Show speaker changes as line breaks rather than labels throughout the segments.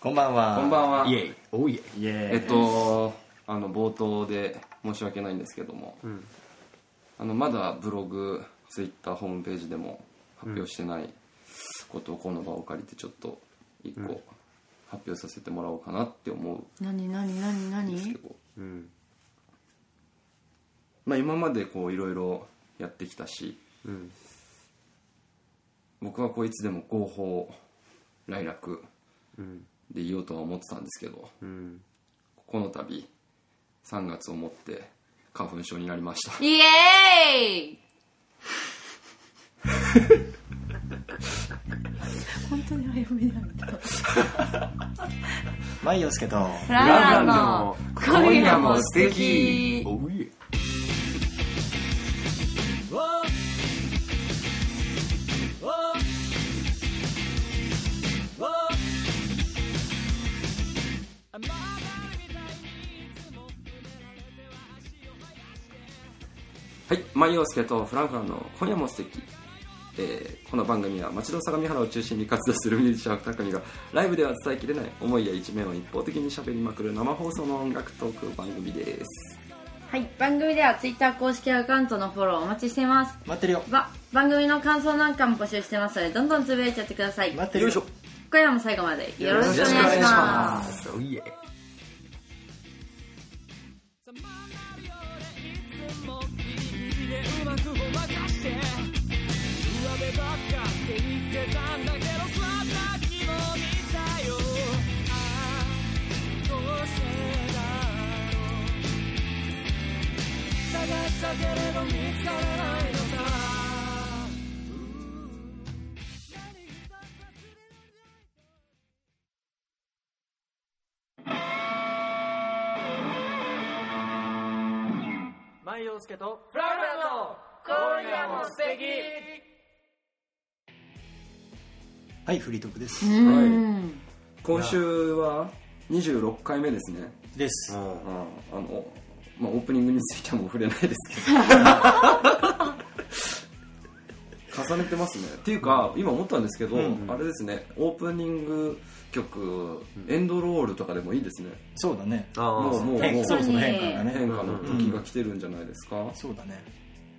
こんばんは。
こんばんは
イエイおうイエイ
イエーイ
えっとあの冒頭で申し訳ないんですけども、あのまだブログツイッターホームページでも発表してないことをこの場を借りてちょっと一個発表させてもらおうかなって思う
何何何
んですけ
何
ど、まあ、今までこういろいろやってきたし、僕はこういつでも合法来楽でいようとは思ってたんですけど、この度3月をもって花粉症になりました
イエーイ本当に早めだみたいな。
マイヨスケと、
ランランの今夜も素敵
おうイエイ
はい、マイオスケとフランフランの今夜も素敵、えーこの番組は町の相模原を中心に活動するミュージシャン2組がライブでは伝えきれない思いや一面を一方的に喋りまくる生放送の音楽トーク番組です
はい、番組ではツイッター公式アカウントのフォローお待ちしています。
待ってるよ。
ば番組の感想なんかも募集してますので、どんどんつぶやいちゃってください。
待ってるよ。
今夜も最後までよろしくお願いしま。
ます
おうイエイ
万葉介とフラフラの今夜も素敵
はい、フリートークです。
うーん。
今週は26回目ですね
です。
あーあの、まあ、オープニングについてはもう触れないです けど重ねてますねっていうか今思ったんですけど、
うんうん
あれですねオープニング曲エンドロールとかでもいいですね、
そうだね。
あー
もうもうも
変
う
そろそろ変化が
変
ね。
化の時が来てるんじゃないですか、
そうだね。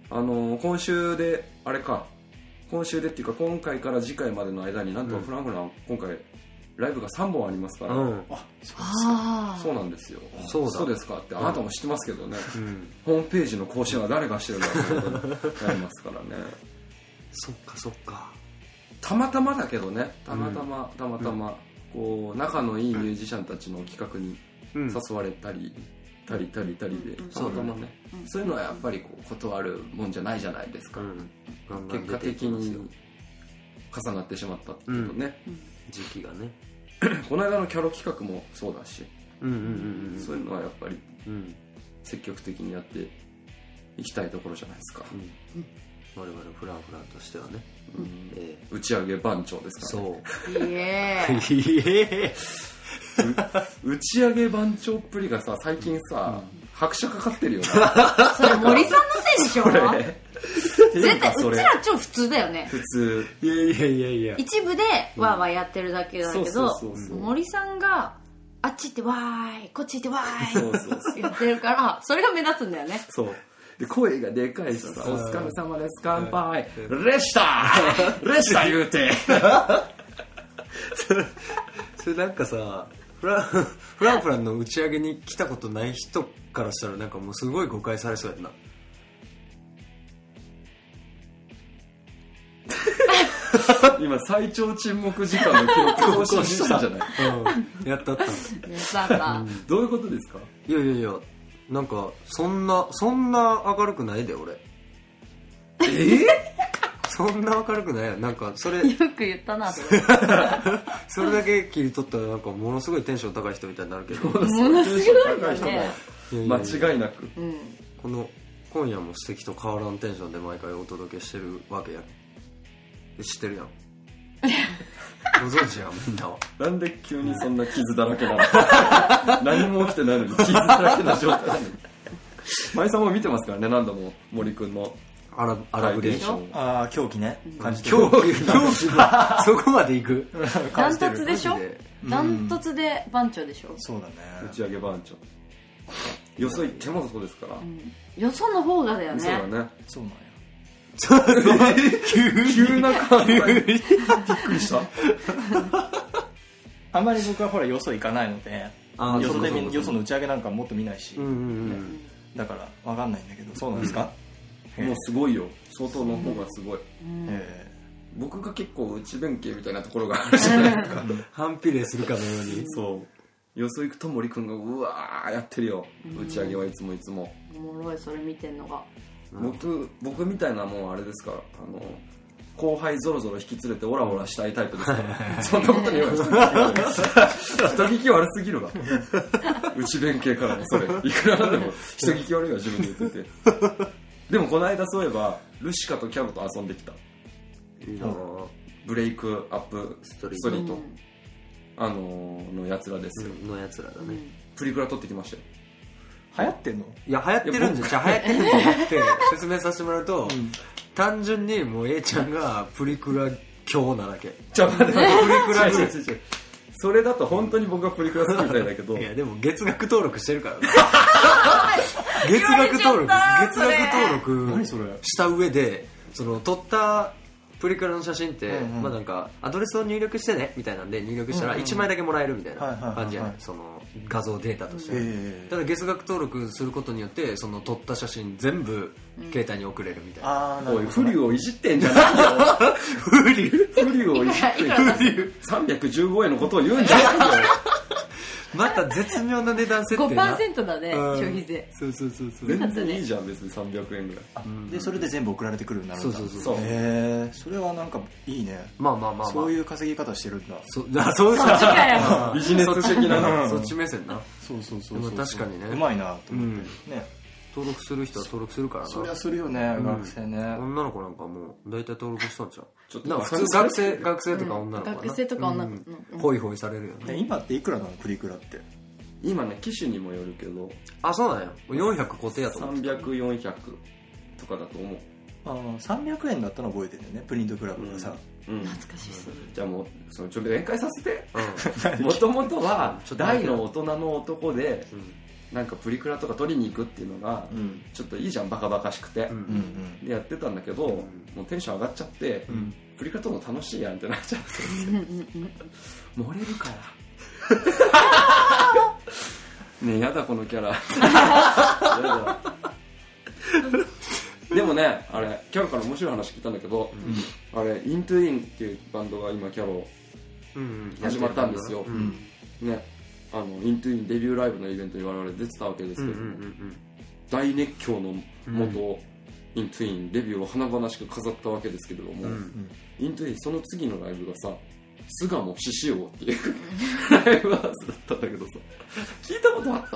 あの今週であれか今週でっていうか今回から次回までの間になんと
うん
フランフラン今回ライブが3本ありますから、
うん
あ、そうですか。
あ
そうなんですよ
そうだ
ですかってあなたも知ってますけどね、
うん
ホームページの更新は誰がしてるんだろうってなりますからね
そっかそっか
たまたまだけどねたまたまたまたま、こう仲のいいミュージシャンたちの企画に
うん
誘われたり、たりたりたりで、
うん
たまたまね、
うん
そういうのはやっぱりこう断るもんじゃないじゃないですか、
うん
結果的に重なってしまったっていうとね、
時期がね
この間のキャロ企画もそうだし、
うんうん
そういうのはやっぱり
うんうん
積極的にやっていきたいところじゃないですか、
うん我々フラフラとしてはね
うん
ええ
打ち上げ番長ですからね
そう
あ。いえ。
ええ
打ち上げ番長っぷりがさ最近さ、拍車かかってる よな
それ森さんのせいでしょ
ってい
絶
う
対、
かそう
ち
れ
ら超普通だよね。
普通
いやいやいやいや
一部でわーわーやってるだけだけど
そうそうそうそう
森さんがあっち行ってわーいこっち行ってわ
そ
ー
う
い
そうそう
やってるからそれが目立つんだよね
そうで声がでかいしさ「
う
お疲れ様です乾杯レシタ レシタ言うて
それなんかさフラン フランフランの打ち上げに来たことない人からしたらなんかもうすごい誤解されそうやんな
今最長沈黙時間の記録更新したんじゃない
うんやったった
やったった
どういうことですか
いやいやいやなんかそんなそんな明るくないで俺
え
そんな明るくないやんなんかそれ
よく言ったなと思って
それだけ切り取ったらなんかものすごいテンション高い人みたいになるけど
ものすごいよ
人も
ね
いやいやいや
間違いなく
うん
この今夜も素敵と変わらんテンションで毎回お届けしてるわけやんで知ってるやんご存知やんみんなは
なんで急にそんな傷だらけなの 何も起きてないのに傷だらけな状態なのに舞さんも見てますからね何度も森くんの
アラブアラブレーション
ああ狂気ね感じてる
狂気狂気がそこまでいく
ダ
感
ン
じて
トツ
る
でしょ
マジで
ダントツで番長でしょ、
そうだね
打ち上げ番長よそ行ってもそうですから、
うん、よその方がだよね
そうだね
そうなんや
急な関西
あんまり僕はほらよそ行かないので
あー
よそでみ
そうかそうか
よその打ち上げなんかもっと見ないし、
うんうんうん
だからわかんないんだけどそうなんですか、へえ
もうすごいよ相当の方がすごい
え
僕が結構内弁慶みたいなところがあるじゃないですか
反比例するかのように
そうよそ行くと森君がうわーやってるよ打ち上げはいつもいつも、
おもろいそれ見てんのが
僕僕みたいなもんあれですからあの後輩ぞろぞろ引き連れてオラオラしたいタイプですから そんなことには人聞き悪い人聞き悪すぎるわ内弁慶からもそれいくらなんでも人聞き悪いわ自分で言っててでもこの間そういえばルシカとキャブと遊んできた
いいな
あのブレイクアップストリート
うん
あののやつらですよ、
のやつらだ
う
ね
ん
プリクラ撮ってきまし
ー
たよ
流行ってんの
いや流行ってるんじゃじゃあ流行ってるんじゃなくて説明させてもらうと単純にもう A ちゃんがプリクラ強なだけ
じゃあ待って待ってプリクラ
違う 違
違う違うそれだと本当に僕はプリクラするみたいだけど
いやでも月額登録して るからね
言われちゃった
月額登録月額登
何
録
それ
した上でその撮ったプリクラの写真って、
うんうん
まあなんかアドレスを入力してねみたいなんで入力したら1枚だけもらえるみたい
はいはいはいは
ない感じやねその画像データとして、
え
ただ月額登録することによってその撮った写真全部携帯に送れるみたいな、
ああな
おい
るほ
フ
ど
リュをいじってんじゃないよ
不
フリ
利
ュをいじってんじゃない315円のことを言うんじゃないよ
また絶妙な値段設定な
5%だね
うん
消費税
そうそうそうそう
全然いいじゃん別に300円ぐらい
あでそれで全部送られてくるようになるんだ
そうそう
そう
へえそれはなんかいいね
まあまあまあ、まあ、
そういう稼ぎ方してるんだ
そあそう
そっちかよ
ビジネス的なな
うん
そっち目線な
そうそうそ
でも確かにね
うまいなと思って、ね
登録する人は登録するからな
そりゃするよね、学生ね
女の子なんかもう大体登録しとんちゃう
ちょっと
なんか普通
それ
学生学生とか女の子はな
うん学生とか女の子
うん
うん
ホイホイされるよね
で今っていくらなのプリクラって
今ね機種にもよるけど
あそうなんや400固定やと思ってた
300400とかだと思う
あの300円だったの覚えてんだよねプリントクラブがさ、
うん
懐かしいっす
じゃあもうそのちょっと宴会させて
う
もともとは
ちょっと
大の大人の男で
ん
なんかプリクラとか取りに行くっていうのが
ん
ちょっといいじゃんバカバカしくて、
う
うん
ん
うん
でやってたんだけど、もうテンション上がっちゃって、
ん
プリクラ撮るの楽しいやんってなっちゃって漏れるから ねえやだこのキャラやだでもねあれキャロから面白い話聞いたんだけど、あれイントゥインっていうバンドが今キャロ
うん
始まったんですよ
う
うんん
ねあのイントゥインデビューライブのイベントに我々出てたわけで
う
す
んう
け
ん
ども、
うん
大熱狂の元、イントゥインデビューを華々しく飾ったわけですけれども、
うん
イントゥインその次のライブがさ「巣鴨獅子王」っていうライブハウスだったんだけどさ聞いたことあっ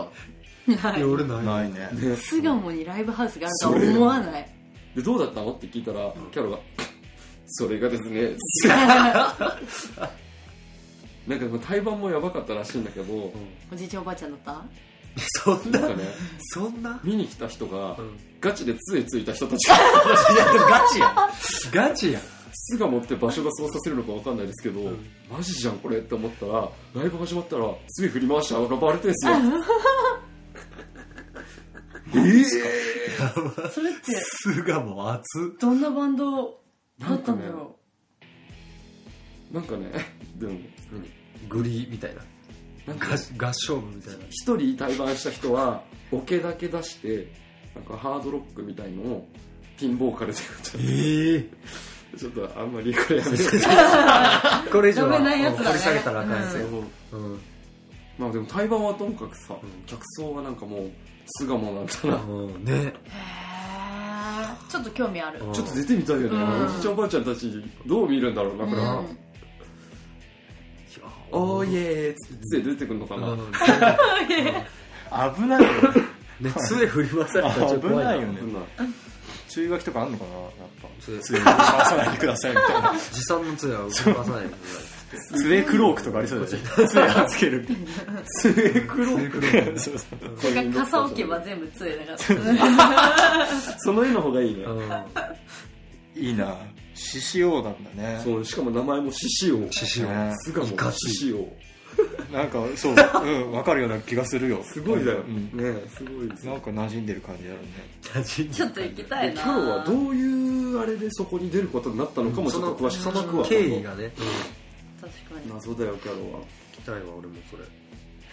た
いや俺ない
ないね
で
巣鴨にライブハウスがあるとは思わない
でどうだったのって聞いたらキャロが「それがです ね」なんかもう対バンもやばかったらしいんだけど、
おじいちゃんおばあちゃんだった
そん
なん
な
かね
そんな
見に来た人が、
ん
ガチで杖ついた人たちが
いやでもガチやんガチやん
巣鴨って場所がそうさせるのかわかんないですけど、マジじゃんこれって思ったらライブ始まったら杖振り回して暴れてんすよ ええ
それって
巣鴨熱
どんなバンドだったんだろ
なんかね、でも、
グリーみたいな
なんか
合、合唱部みたいな
一人対バンした人は、ボケだけ出して、なんかハードロックみたいのを、ピンボーカルで歌っ
ええ
て、ちょっとあんまりこれやめて。
これ以上は
ダメなやつだね
掘り下げたらあかんやつようん
まあでも対バンはともかくさ、客層はなんかもう、巣鴨なんだな。
うんね
うへーちょっと興味ある
ちょっと出てみたいよね、
うん
おじいちゃんおばあちゃんたちどう見るんだろうなこれは、
うん
おーいえーっつって出てくるのかな、
うん
危ないよね
ね杖振り回されたらちょっと
危
怖い
ないよ
そん
ね
な
注意書きとかあんのかなやっぱ
杖
強い回さないでくださいみたいな
持参の杖は動かさないぐらい
杖クロークとかありそうだよね杖つけ る杖クローク そうそう
それから傘置けば全部杖だから
その絵の方がいいね
いいな獅子王なんだね
そうしかも名前も獅子王
獅子
ね
王
巣鴨
いか
も
つい
獅子王
なんかそううんわかるような気がするよ
すごいだよ、
うん
ねすごいです
なんか馴染んでる感じあるね
ちょっと行きた
で
い
キ
な
ャロはどういうあれでそこに出ることになったのかもちょっと詳しく
そ
聞く
の
わ
経緯がね
確かに
謎だよキャロは
聞きたいわ俺もそれ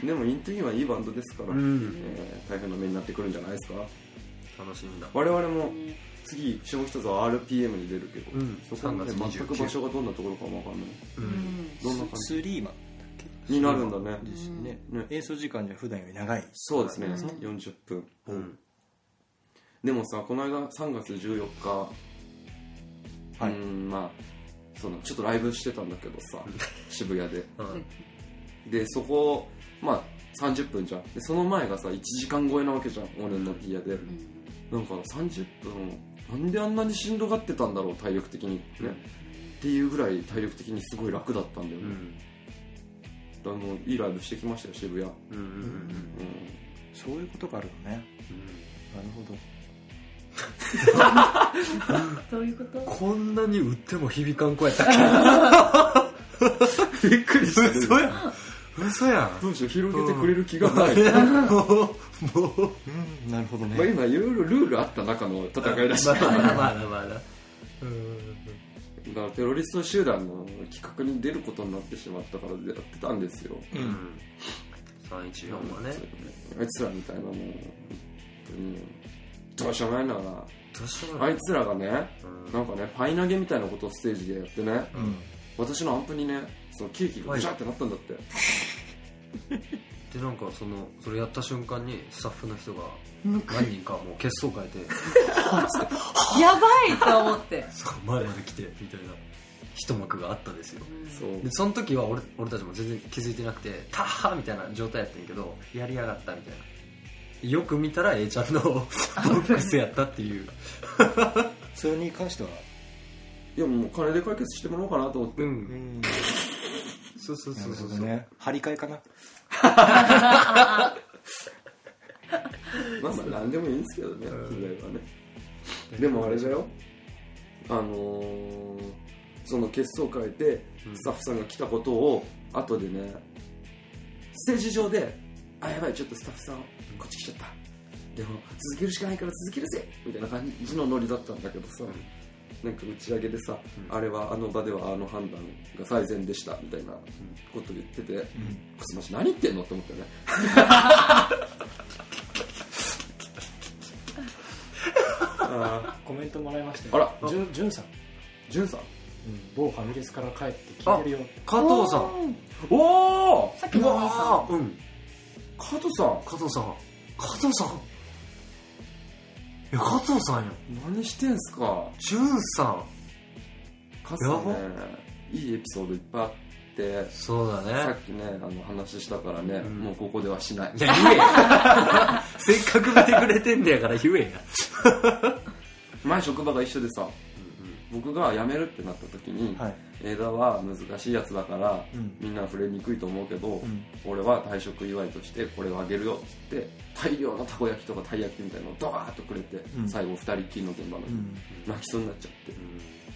でもインテリはいいバンドですから、
ん
えー大変な目になってくるんじゃないですか
楽しみだ
我々も次下北沢 RPM に出るけど、
うん
そこもね
3月
全
29
く場所がどんなところかもわかんない
うん
どんな感じ
スリーマン
になるんだね、
ですよね
うん
演奏時間じゃ普段より長い
そうですね、
うん
40分、
うん
でもさこの間3月14日、
はいう
ーんまあそのちょっとライブしてたんだけどさ 渋谷で
うん
でそこまあ30分じゃんでその前がさ1時間超えなわけじゃん俺のピアで、なんか30分なんであんなにしんどがってたんだろう体力的にね、
うん
っていうぐらい体力的にすごい楽だったんだよ
う
ね、
ん
だからもういいライブしてきましたよ渋谷、うん
うんうん
そういうことがあるのねなるほど
どういうこと
こんなに売っても響かん子やったっ
びっくり
け
したね
や嘘やん
どうしよう広げてくれる気が ない、
もうもう
うんなるほど
まあ、
ね
今いろいろルールあった中の戦いらしい
ま
だか
だまだまだうん
らテロリスト集団の企画に出ることになってしまったからやってたんですよ
うん314はね
あいつらみたいなもう本当にどうしようもないんだから
どうしようも
あ
ない
いつらがね
うん
なんかねパイ投げみたいなことをステージでやってね
うん
私のアンプにねそのケーキがぐちゃってなったんだって、
でなんかそのそれやった瞬間にスタッフの人が何人かもう血相変えて
やばいと思って
そう前まで来てみたいな一幕があったですよ
そう
でその時は俺俺たちも全然気づいてなくて「タッハー!」みたいな状態やってんけどやりやがったみたいなよく見たら A ちゃんの ボックスやったっていう
それに関してはい
やもう金で解決してもらおうかなと思って、
ん
ん
そうそう
な
そ
る
うそ
ほ
う
どね張り替えかな
まあまあ何でもいいんですけどね近代はねでもあれだよあのー、その結相変えてスタッフさんが来たことを後でねステージ上で「あやばいちょっとスタッフさんこっち来ちゃった」でも続けるしかないから続けるぜみたいな感じのノリだったんだけどさ、なんか打ち上げでさ、あれはあの場ではあの判断が最善でしたみたいなこと言ってて、こつまし何言ってんのって思 ったよね
コメントもらいました
あ
よ
ら
じゅんじゅんさん、
じゅんさん
うん、某ファミレスから帰って聞いてるよ
加藤さん
おお
さっきのお兄さん
あうん
加藤さん
加藤さん加藤さんいや加藤さんや
何してんすか
ジュンさん
カズさんねいいエピソードいっぱいあって
そうだ
さ
ね
っきねあの話したからね、
ん
もうここではしない
いや言えや せっかく見てくれてんだやから言えや
前職場が一緒でさ、僕が辞めるってなった時に、
はい
枝は難しいやつだから、
うん
みんな触れにくいと思うけど、
ん
俺は退職祝いとしてこれをあげるよっつって大量のたこ焼きとかたい焼きみたいのをドワーッとくれて、
うん
最後二人っきりの現場の、
うん
泣きそうになっちゃっ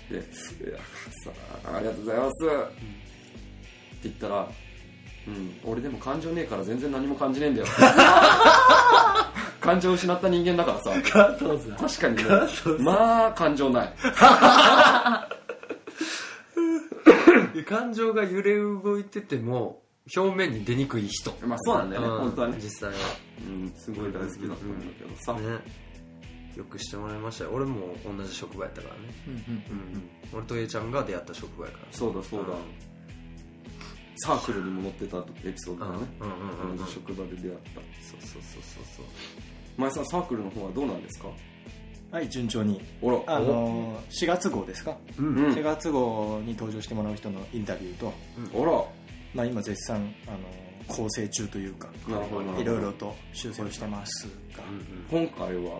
て、でいや「さあありがとうございます」って言ったら「うん俺でも感情ねえから全然何も感じねえんだよ」感情失った人間だからさ
加藤さん
確かにねまあ感情ない
感情が揺れ動いてても表面に出にくい人
まあそうなんだよね、
うん
本当はね
実際は
うんすごい大好きだったんだけどさ、
ねよくしてもらいましたよ俺も同じ職場やったからね、うん俺と A ちゃんが出会った職場やから
そうだそうだ、
うん
サークルにも乗ってたエピソードだね、
うんうんうんうん
同じ職場で出会った
そうそうそうそうそう
前さんサークルの方はどうなんですか
はい順調に
あら
あのー4月号ですか
うん、あ
4月号に登場してもらう人のインタビューと、
ら
まあ、今絶賛あの構成中というか
なるほどなるほど
いろいろと修正をしてますが、
今回は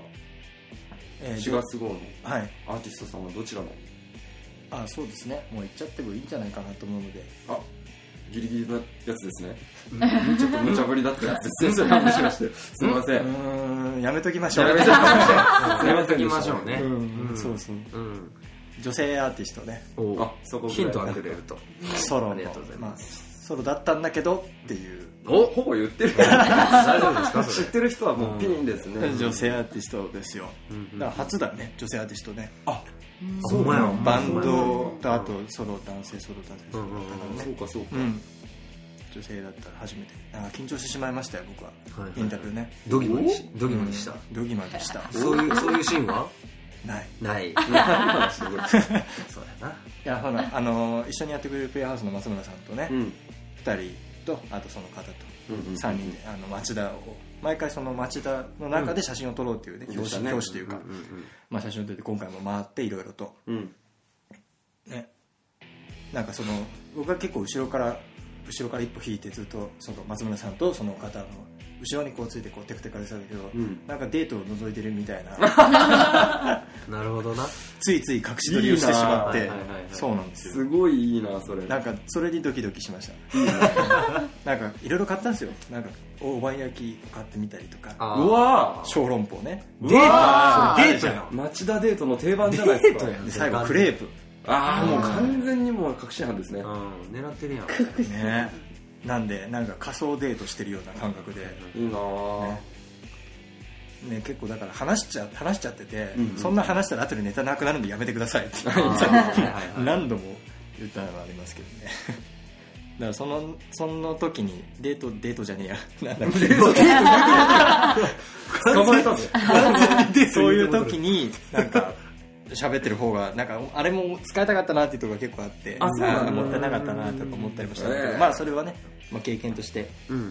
えー
4月号の
はい
アーティストさんはどちらの
あそうですねもう行っちゃってもいいんじゃないかなと思うので
あギリギリなやつですね。ちょっと無茶ぶりだったやつですね。それはもしかして。すみませ
う
ん。や
ーんやめときましょう
めてください
やめときましょうね
うん
うん
そうですね
うん
女性アーティストね
お
あそこぐらい
ヒントはくれると
ソロ
あ
の
りがとうござい
まあ
ま
ソロだったんだけどっていう
お ほぼ言ってる。
大丈夫ですか
知
そ
っ
れ
てる人はもうピンですね。
女性アーティストですよ
うんうん
だから初だね女性アーティストね
ほんまやほんま
バ
や
ンドとあとソロ男性ソロ男性ソロ
うんうんうん
そうかそうか
う。ん女性だったら初めてなんか緊張してしまいましたよ僕は
はいはい
インタビューね
ドギマにしドギマにした
うんドギマでした
そういうそういうシーンは
ない
ないそうやない
やほらあのー一緒にやってくれるプレイハウスの松村さんとね
うん。うん
2人とあとその方と
うん
3人であの町田を毎回その町田の中で写真を撮ろうっていうね
うん
教師
うん
教師というか
うんうん
まあ写真を撮って今回も回っていろいろと
うん。
ねなんかその僕は結構後ろから後ろから一歩引いてずっとその松村さんとその方の後ろにこうついてこうテクテクでしたけど、
うん
なんかデートを覗いてるみたい な
なるほどな
ついつい隠し撮りをしてしまって
いいなぁはいはいはい
そうなんです
す
よ
ごいいいな、それ。
なんかそれにドキドキしましたなんかいろいろ買ったんですよなんか大判焼きを買ってみたりとか
あー
うわ
小籠包ね
ーうわ
それ
ー
デートやん
ー町田デートの定番じゃないですか。
で最後クレープ
ああ、もう完全にもう確信犯ですね。
うん狙ってるやん
ねなんでなんか仮想デートしてるような感覚で、
いいなぁ
ね。ね、結構だから話しちゃ話しちゃってて、
うんうん
そんな話したら後でネタなくなるんでやめてくださいって
あーはいはい
何度も言ったのはありますけどね だからそのその時にデートデートじゃねえやなんだっけ
捕まえたぜ。
そういう時になんか喋ってる方がなんかあれも使いたかったなっていうところが結構あって
あそうなんだ
ーもったいなかったなとか思ったりもしたんだけど、
うん
まあそれはね、まあ、経験として、
うんう
うん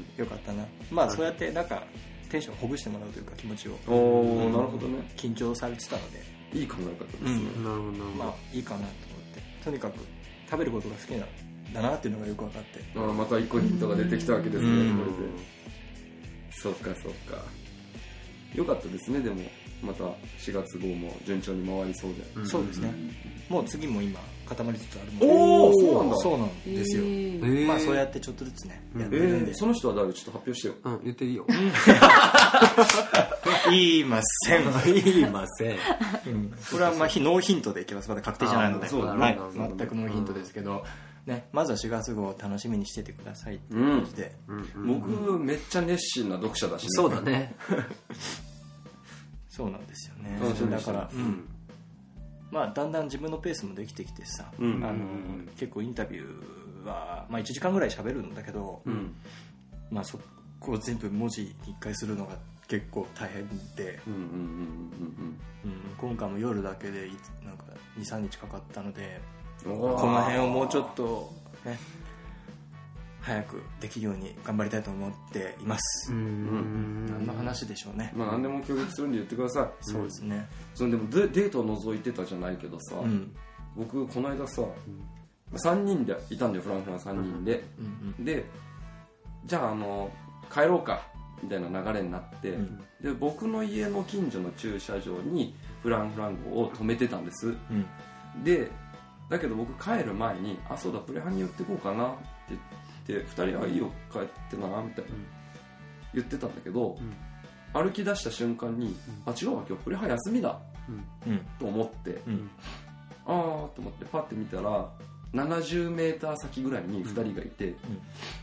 ん
よかったなまあそうやってなんかテンションをほぐしてもらうというか気持ちを
おおなるほどね。
緊張されてたので、
いい考え方ですね。
うんなるほどなるほ
ま
ど
あいいかなと思ってとにかく食べることが好きなんだなっていうのがよく分かって
あーまた一個ヒントが出てきたわけですね、
うん
これでそっかそっかよかったですねでもまた4月号も順調に回りそうで、
うん
そうですねもう次も今固まりつつあるの
おーそうなんだ
そうなんですよ、
えー
まあそうやってちょっとずつね
うん
やっ
え
てるんで、
ー、その人は誰ちょっと発表してよ
うん言っていいよ
言いま せん、
言いません
うんこれはまあひノーヒントでいきますまだ確定じゃないので
あーそうだね
はい
なるほどね
全くノーヒントですけど、ね、まずは4月号を楽しみにしててくださいって
うん
感じで、
僕めっちゃ熱心な読者だし、ね、
そうだね
そうなんですよね
楽しみに
だ
し
か
て
ら
ま、
うんまあ、だんだん自分のペースもできてきてさ、
うん
あの
うんうん
結構インタビューは、まあ、1時間ぐらい喋るんだけど、
うん
まあ、そこを全部文字に1回するのが結構大変で、
うんうんうんうん
うん今回も夜だけでいつなんか23日かかったので
うんうん
こ
おー
の辺をもうちょっと、ね、早くできるように頑張りたいと思っています、
ん
何の話でしょうね、
まあ何でも協力するんで言ってください
そうですね、
そのでもデデートを覗いてたじゃないけどさ、
うん
僕この間さ、3人でいたんだよフランフラン3人で、
うんうん
でじゃああの帰ろうかみたいな流れになって、
ん
で僕の家の近所の駐車場にフランフラン号を止めてたんです
うん
でだけど僕帰る前に「あそうだプレハンに寄ってこうかな」って言って2人「あいいよ帰ってな」みたいな、言ってたんだけど、
ん
歩き出した瞬間に「あ違うわ今日プレハン休みだ
うん」
と思って
うん
あーと思ってパッて見たら 70m 先ぐらいに2人がいて、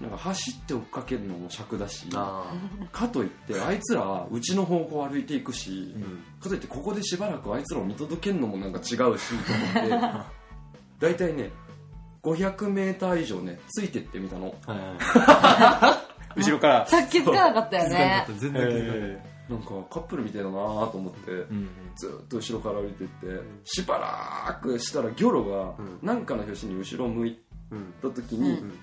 なんか走って追っかけるのも尺だし
あ
かといってあいつらうちの方向を歩いていくし、
ん
かといってここでしばらくあいつらを見届けるのもなんか違うしと思って大体ね 500m 以上ねついてってみたの
あはいはい
後ろから、
さっきつかなかったよね。
全然気づかなかっ
え
なんかカップルみたいだなーと思って、
ーうん
ずーっと後ろから歩いてって、しばらくしたらギョロが
ん
なんかの拍子に後ろ向い
たうん
た時に、
うん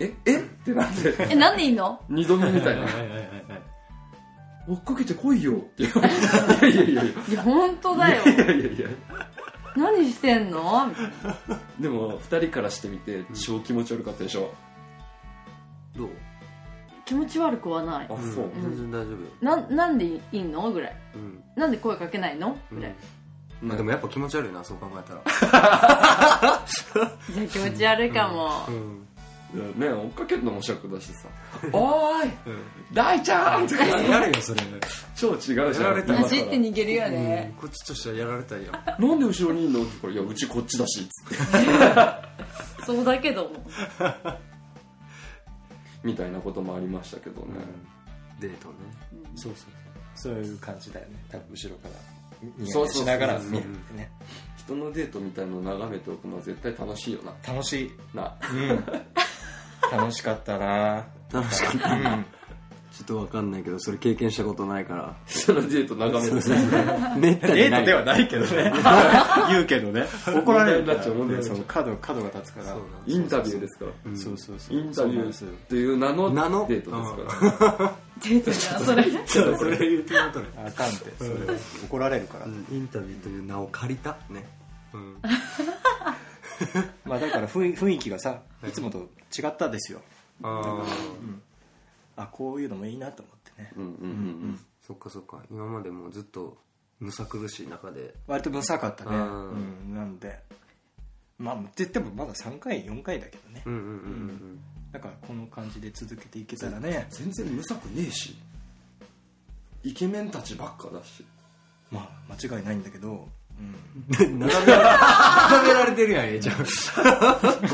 ええってなって
え、なんでいいの
二度目みたいな
はいはいはいはい
追っかけてこいよって言われていやいやいやい
いや、本当だよ。
やいやいや
何してんのみたい
でも2人からしてみて超気持ち悪かったでしょ、
どう
な気持ち悪くはない。
あそう、
ん
全然大丈夫よ
な、なんでいいのぐらい。
うん
なんで声かけないのぐらい。
うん
まあでもやっぱ気持ち悪いなそう考えたら
いや、気持ち悪いかも。
うん
ね追っかけるのも尺だしさ「おーい大ちゃん!」とか
やるよそれね
超違うじゃん
やられた
今
走
さ
って逃げるよ
うん
ね、
こっちとしてはやられ たいやん
なんで後ろにいんのってこれいやうちこっちだしっつって
そうだけども
みたいなこともありましたけどね、
デートね
そうそうそうそういう感じだよね多分後ろからニヤ
そ
ニヤ
うそうそう
しながら見るってね
人のデートみたいのを眺めておくのは絶対楽しいよな
楽しい
な
楽しかったな
楽しかっ
う
た
ん
ちょっとわかんないけどそれ経験したことない から
人のデート眺めてる
めった
デ
に
ー
な
ト
い
ではないけどね 言うけどね怒られるから
問題になっちゃう問題になっちゃう
そう角角が立つから
インタビューですから
うん
そうそうそう
インタビ
そうなん
ュ
ですよ
ーっていう名の
名の
デートですから、
デートじゃんそれ
そうそれ言うてもうとる
あかんってそれは怒られるから、
インタビューという名を借りたねうん
まあだから雰囲雰囲気がさいつもと違ったですよ
ああ
あこういうのもいいなと思ってね、
うんうんうんうん
そっかそっか今までもずっとむさ苦しい中で
割とむさかったね、
う
うんんなんでまあって言ってもまだ3回4回だけどね、
うんうんうん
だからこの感じで続けていけたらね
全然無策ねえしイケメンたちばっかだし
まあ間違いないんだけど、うん、
うん並べ並べられてるやんええちゃん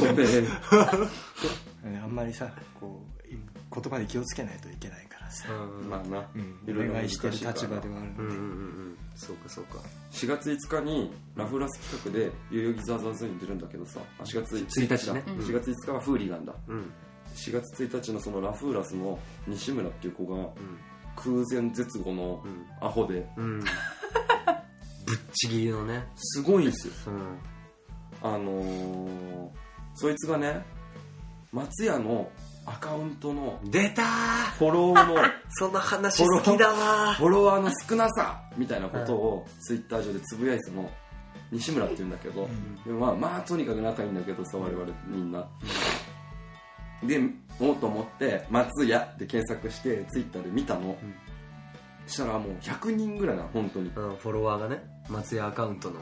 ごめん
えあんまりさこうい言葉で気をつけないといけないからさ、
まあな、
うん
いろいろ
お願
難
い
し
し
い
て
か
る
ら
立場ではあるんで、
うんうんうんそうかそうか
4月5日にラフラス企画で代々木ザーザーズに出るんだけどさあ4月1日だ、
1日ね
4月5日はフーリーガンだ
うん
4月1日のそのラフーラスの西村っていう子が
うん
空前絶後の
うん
アホで
うんぶっちぎりのね
すごいんですよ
うん
あのー、そいつがね松屋のアカウントの
出たー
フォロ ーの
その話好きだわ
フォロワーの少なさみたいなことをツイッター上でつぶやいてたの西村って言うんだけど、でまあまあとにかく仲いいんだけどさ我々みんな、でおうと思って「松屋」で検索してツイッターで見たの、
うん
したらもう100人ぐらいなの本当に
うんフォロワーがね松屋アカウントの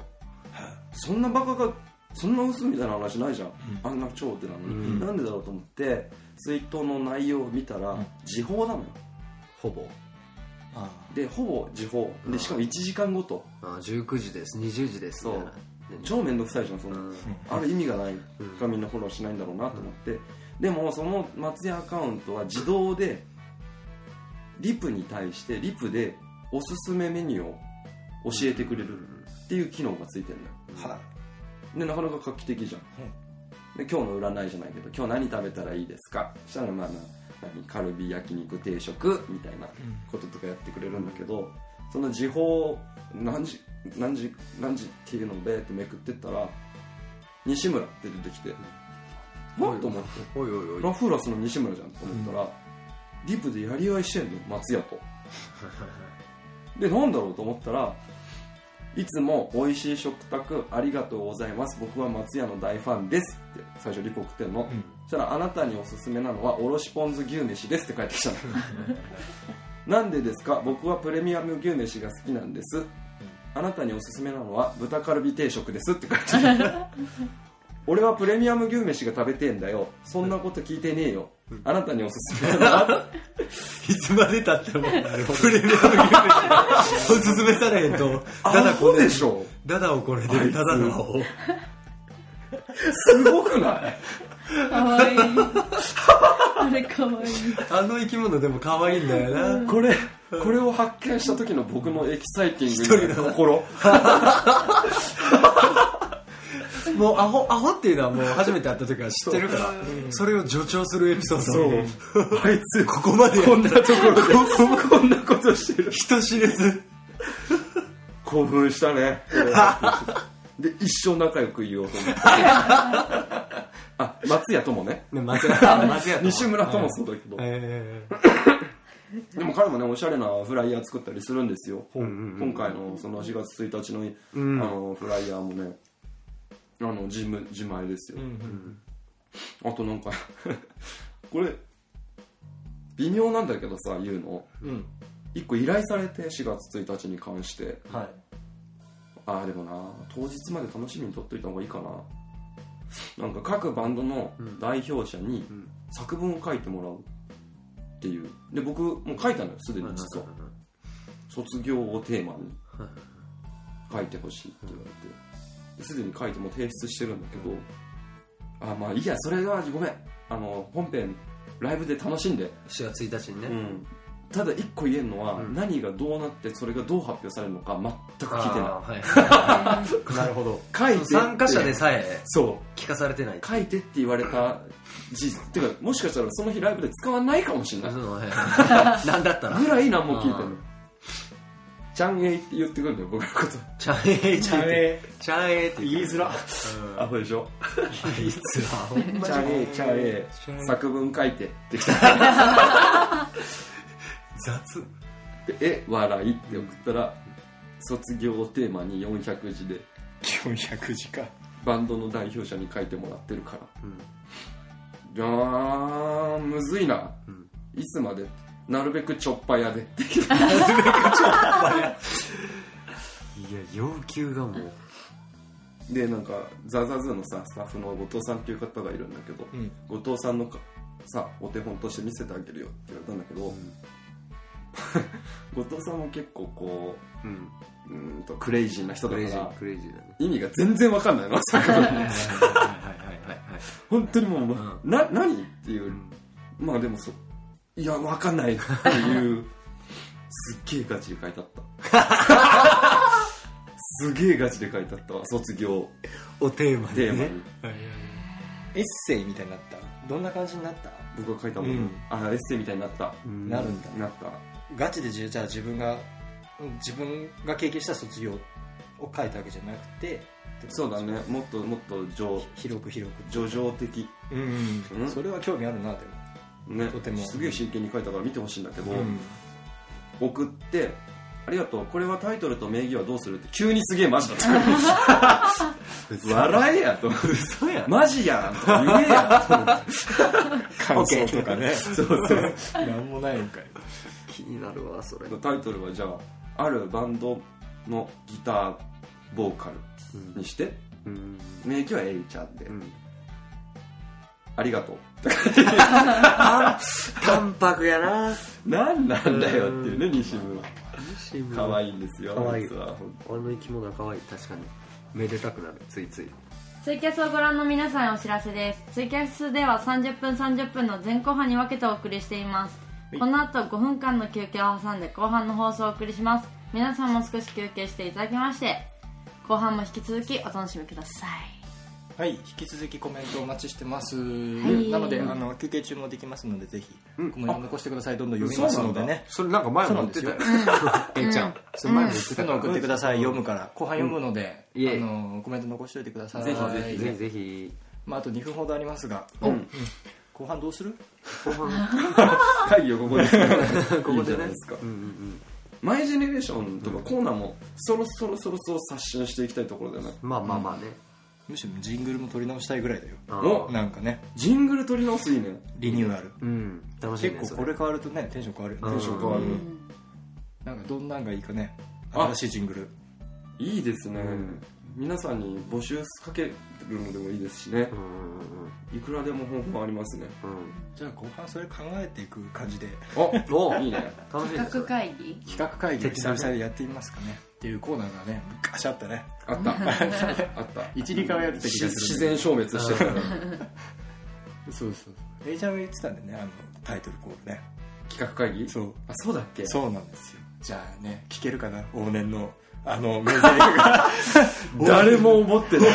そんなバカがそんな嘘みたいな話ないじゃん、
うん
あんな超ってなのに、
うん
なんでだろうと思ってツイートの内容を見たら、
ん
時報なのよ
ほぼ
あ
でほぼ時報でしかも1時間ごと
あ19時です20時ですみたいな
超めんどくさいじゃんそん
う
な、
ん
ある意味がない
うん
がみんなフォローしないんだろうなと思って、でもその松屋アカウントは自動でリプに対してリプでおすすめメニューを教えてくれるっていう機能がついてるのよ
あは
でなかなか画期的じゃん、で今日の占いじゃないけど今日何食べたらいいですかそしたらまあまあ何カルビ焼肉定食みたいなこととかやってくれるんだけどその時報何時何時何時っていうのをベーってめくってったら西村って出てきて
うん
もっと思って
おいおいお
ラ
い
フーラスの西村じゃんと思ったら、リプでやり合いしてんの松屋と でなんだろうと思ったらいつも美味しい食卓ありがとうございます僕は松屋の大ファンですって最初リプ送ってんの、
うん
そしたらあなたにおすすめなのはおろしポン酢牛飯ですって返って きたのなんでですか僕はプレミアム牛飯が好きなんですあなたにおすすめなのは豚カルビ定食ですって返ってきた俺はプレミアム牛飯が食べてんだよそんなこと聞いてねえよ、あなたにおすすめなの はい
つまでたってもプレミアムゲームおすすめされへんとダダこ
アホ
ね
でしょ
ダダをこれでダダのを
すごくない
かわいいあれかわいい
あの生き物でも可愛いんだよ な
これこれを発見した時の僕のエキサイティングな心
もうアホアホっていうのはもう初めて会った時は知ってるからそれを助長するエピソード
あいつ
ここまで
こんなところでこんなことしてる
人知れず
興奮した ねで一生仲良くいようと 思ってあ松屋とも ね
ね松屋松屋と
西村ともそうだけど、
えー
でも彼もねおしゃれなフライヤー作ったりするんですよ、
んうんうん
今回のその4月1日の,、
うん
あのフライヤーもねあの自む自前ですよ、あとなんか これ微妙なんだけどさ言うの
うん
1個依頼されて4月1日に関して
はい
ああでもな当日まで楽しみに撮っといた方がいいかななんか各バンドの
うん
代表者に
うん
作文を書いてもらうっていうで僕もう書いたのよすでに実は卒業をテーマに書いてほしいって言われてですでに書いてもう提出してるんだけど、あまあいいやそれはごめんあの本編ライブで楽しんで、
4月1日にね、
ただ一個言えるのは、
うん
何がどうなってそれがどう発表されるのか全く聞いてな
あーはい
なるほど
い書いて
い参加者で
さ
さえ
そう
聞かされて ない
書いてって言われた事実っていうかもしかしたらその日ライブで使わないかもしれない
なんだったら
ぐらい何も聞いてな
う
い
ん
ちゃんえいって言ってくるんだよ僕のこと
チャンエイチ
チャンエ
チャンエイって
イ言いづら
アホでしょ
いいつらほんまに
ちゃんえいちゃんえ
ちゃんえ
い
い
作文書いてって来た
雑
でえ笑いって送ったら卒業をテーマに400字で
400字か
バンドの代表者に書いてもらってるから
うん
いやーむずいな、
うん
いつまでなるべくちょっぱやでって
いや要求がもう
でなんかザザズのさスタッフの後藤さんっていう方がいるんだけど、
うん
後藤さんのかさお手本として見せてあげるよって言われたんだけど、 後藤さんも結構こ
うん
ううーんとクレイジーな人
ク
だか
レイジ
ら
ークレイジーだね
意味が全然わか んないの作文
はいはいはいはいはい
本当にもう、な何っていううんまあでもそいやわかんないっていうすっげえガチで書いてあった すげえガチで書いてあったわ卒業
おテーマ
テ
で
ーマ
ね
に
エッセイみたいになったどんな感じになった
僕が書いたもの、
うん
あエッセイみたいになった
うん
なるんだ
なった
ガチでじゃあ自分がうん自分が経験した卒業を書いたわけじゃなくてってこと
そうだねもっともっと上
広く広く
叙情的
うん、
うん
それは興味あるなでも、
ね
とても
すげえ真剣に書いたから見てほしいんだけど、
うん
送って「ありがとうこれはタイトルと名義はどうする?」って急にすげえマ ジだった笑えやと思って
嘘やん
マジやんとか言えやと思って
感想とかねそうそうなんもないんかい
気になるわそれ
タイトルはじゃああるバンドのギターボーカルにして、
うん
名義はエイちゃんで、
うん
ありがとう
淡白やな
なんなんだよっていうね西村
か
可
わいい
愛いんですよ
可愛い
実は本
俺の生き物は可愛い確かにめでたくなるついつい
ツイキャスをご覧の皆さんへお知らせですツイキャスでは30分30分の前後半に分けてお送りしていますこの後5分間の休憩を挟んで後半の放送をお送りします皆さんも少し休憩していただきまして後半も引き続きお楽しみください
はい引き続きコメントお待ちしてます、
い
なのであの休憩中もできますのでぜひコメント残してくださいどんどん読みますのでね
それなんか前
そう
も
な
言
ん
っ
です
て
よ
たよ えいちゃんそれ前も言って
ど
た
んど
か
ん
ら
送ってください読むから後半読むので、
うんいえ
あのコメント残しておいてください
ぜひぜひ
ぜひぜひ
まあ、あと2分ほどありますが、
当
後半どうする
後半
会議をここですから
こ
い
こ
いじ
で
ゃない
ね
ですか
うんうん
マイジェネレーションとかコーナーもそろそろそろそろ刷新していきたいところだよね
うんまあまあまあね
むしろジングルも取り直したいぐらいだよ
あ
お
ー
なんかね
ジングル取り直すいいね
リニューアル、
うん楽しい
結構
ね
これ変わるとねテンション変わるよね
う
テ
ん
ンション変わる
なんかどんなんがいいかね
あ
新しいジングル
いいですね
うん
皆さんに募集かけるのでもいいですしね
それうんうんうん
いくらでも方法ありますね
うん
じゃあ後半それ考えていく感じで
あ
お
いいね
楽しいね
企
それ
画会議
企画会議を久々でやってみますかねっていうコーナーがね昔あったね
あったあった
一理科をやってた気
し
がする
自然消滅してる
そうそうエイジャーが言ってたんでねあのタイトルコールね
企画会議
そう
あそうだっけ
そうなんですよじゃあね聞けるかな往年のあ の名台詞が
誰も思ってない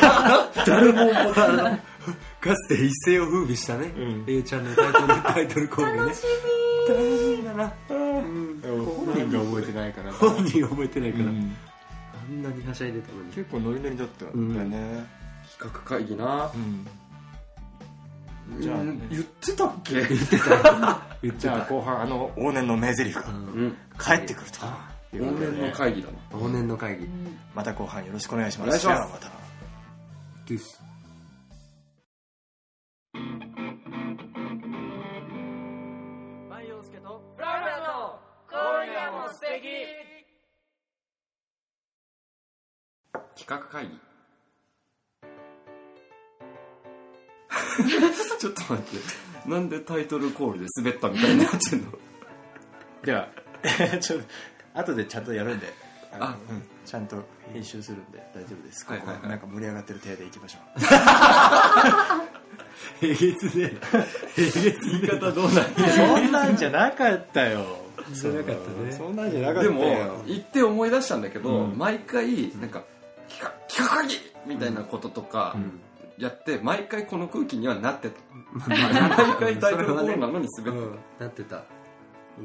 誰も思ってない
かつて一世を風靡したね
うん
A ちゃんのタイトルタイトルコールね楽しみだな
本人が覚えてないから
本人覚えてないから
うん
あんなにはしゃいでたのに
結構ノリノリだったんだよね
企画会議な
うん
じ
じ
ゃ
ゃ
あ
あ
言ってたっけ言って
言って
じゃあ
た
後半あの往年の名台詞が
うん
帰ってくるということで
往
ね
年の会議だな
往年の会議
また後半よろしくお願いします
お願いします
ではた
です
マイオスケとフラフラの今夜も素敵
企画会議 ちょっと待ってなんでタイトルコールで滑ったみたいになってんの
では ちょっと後でちゃんとやるんであの
あ
うんちゃんと編集するんで大丈夫です、
はいはいはい
ここはなんか盛り上がってる体でいきましょう
えげつねえ。えげつねえ。言い方どうなん
そんなんじゃなかったよ
じゃなかったね
そんなんじゃなかった
で
よ
も行って思い出したんだけど、
うん
毎回なんか企画「企画会議!」みたいなこととかやって、毎回この空気にはなって た、毎回タイトルコールなのに滑
う
ってた
ん、なってた。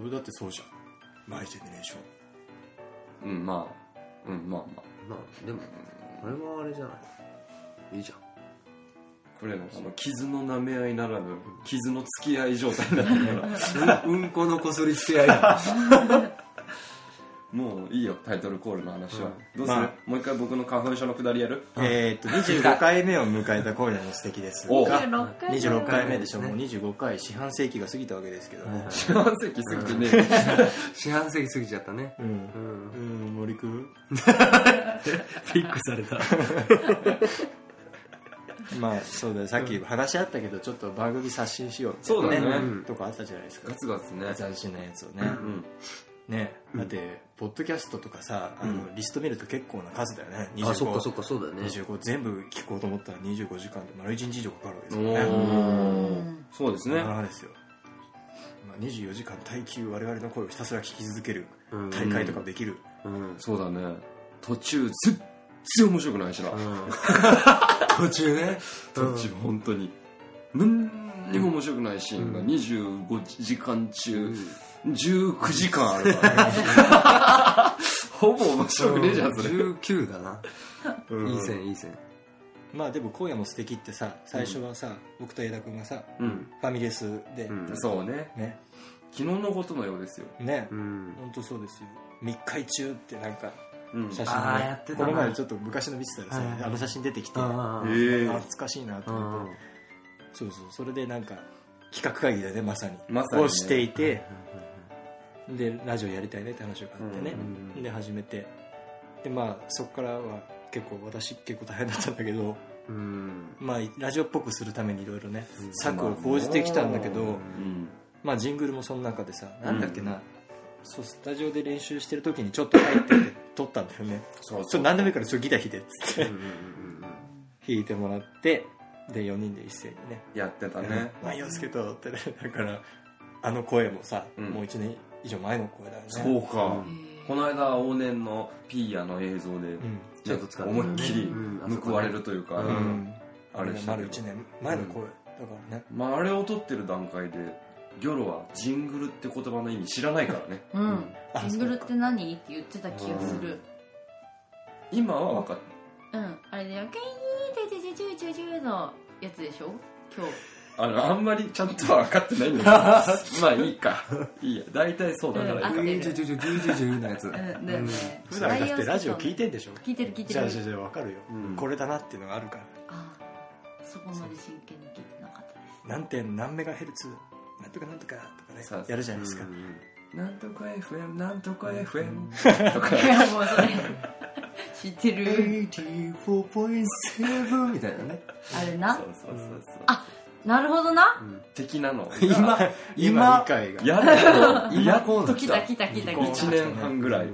俺だってそうじゃんマイジェネレーション
うん、まあうんまあまあ
まあ、でも、あれはあれじゃない。いいじゃん。
これのあの傷の舐め合いならぬ傷の付き合い状態になってるから
うん、うんこのこすりつけ合いだ。
もういいよタイトルコールの話は、
ん
どうする、
まあ
もう一回僕の花粉症のくだりやる
えーっと25回目を迎えた今夜の素敵です
お
が
26回
26回目でしょもう25回四半世紀が過ぎたわけですけども、
四半世紀過ぎてねえ
四半世紀過ぎちゃったね。
うん
うん。
うん森くん
ピックされた。
まあそうだよさっき話し合ったけどちょっと番組刷新しようって
そうだね
とかあったじゃないですか
ガツガツね
斬新なやつをね、
うん
ねだって、ポッドキャストとかさあの、リスト見ると結構な数だよね25
あ、そっかそっか、そうだよね。
25全部聞こうと思ったら25時間で丸1日以上かかるわけです
お
からね
おそうですね
なかなかですよ、まあ、24時間耐久我々の声をひたすら聞き続ける
うん
大会とかできる、
うん。
そうだね途中全然面白くないしな、
途中ね。
途中本当に何にも面白くないシーンが25時間中19時間ある からねほぼ面白くねえじゃんそれ
19だな。いい線、いい線。
まあでも今夜も素敵ってさ最初はさ、僕と江田君がさ
うん
ファミレスで、
うん
そうね
ね
昨日のことのようですよ、
ね、
うん。
本当そうですよ密会中ってなんか
うん
写真
あ
が
ーやってた
こ
な
の前ちょっと昔の見てたらさ、
はい
あの写真出てきて、
あ
え
ー
ー
懐かしいなと
う
思っ
ん
て、そうそうそれでなんか企画会議だねまさに
まさにね
をしていて、でラジオやりたいねって話があってね、
うん
で始めてでまあそこからは結構私結構大変だったんだけど
うん。
まあラジオっぽくするためにいろいろね
うん
策を講じてきたんだけど、
うん
まあジングルもその中でさなんだっけな、そうスタジオで練習してる時にちょっと入ってて撮ったんだよね
そう
ちょ
そ
っと
う
何でもいいからちょっとギター弾いてっつって
うんうんうんうん
弾いてもらってで4人で一斉にね
やってたね
「まあ洋介と」ってねだからあの声もさ、
うん
もう1年以上前の声だよね
そうか
う
この間往年のピーヤの映像で
うん
ちょっと使ってたね
思いっきり報われるというか、
うん
う
うんん、
あれ
した
丸
けど
1年前の声、だからね
まあ、あれを撮ってる段階でギョロはジングルって言葉の意味知らないからね
うん
あ
ジングルって何って言ってた気がする
今は分かっ
うんあれで「よけいてててちゅうちゅうちゅう」のやつでしょ今日
あのあんまりちゃんとは分かってないん だけどまあいいかいいや大体そうだからいいか、
うん
ジュジュジュジュジュジュのやつ。
うんだよね
普段だってラジオ聞いてんでしょ
聞いてる聞いて
じゃあ
る
じゃあじゃあ分かるよ、
うん
これだなっていうのがあるから
あーそこまで真剣に聞いてなかったです
何点何メガヘルツなんとかなんとかとかね
そうそう
やるじゃないですか、
なんとか FM なんとか FM とか
いやもうそれ知ってる
84.7みたいなね。
あれ
そう
な
そうそうそう
あなるほどな
的なの
今、
今
今
理、解が
やっと
今
やっと
来
来
た
た
来た来た
こう
来
1
た
年半ぐらい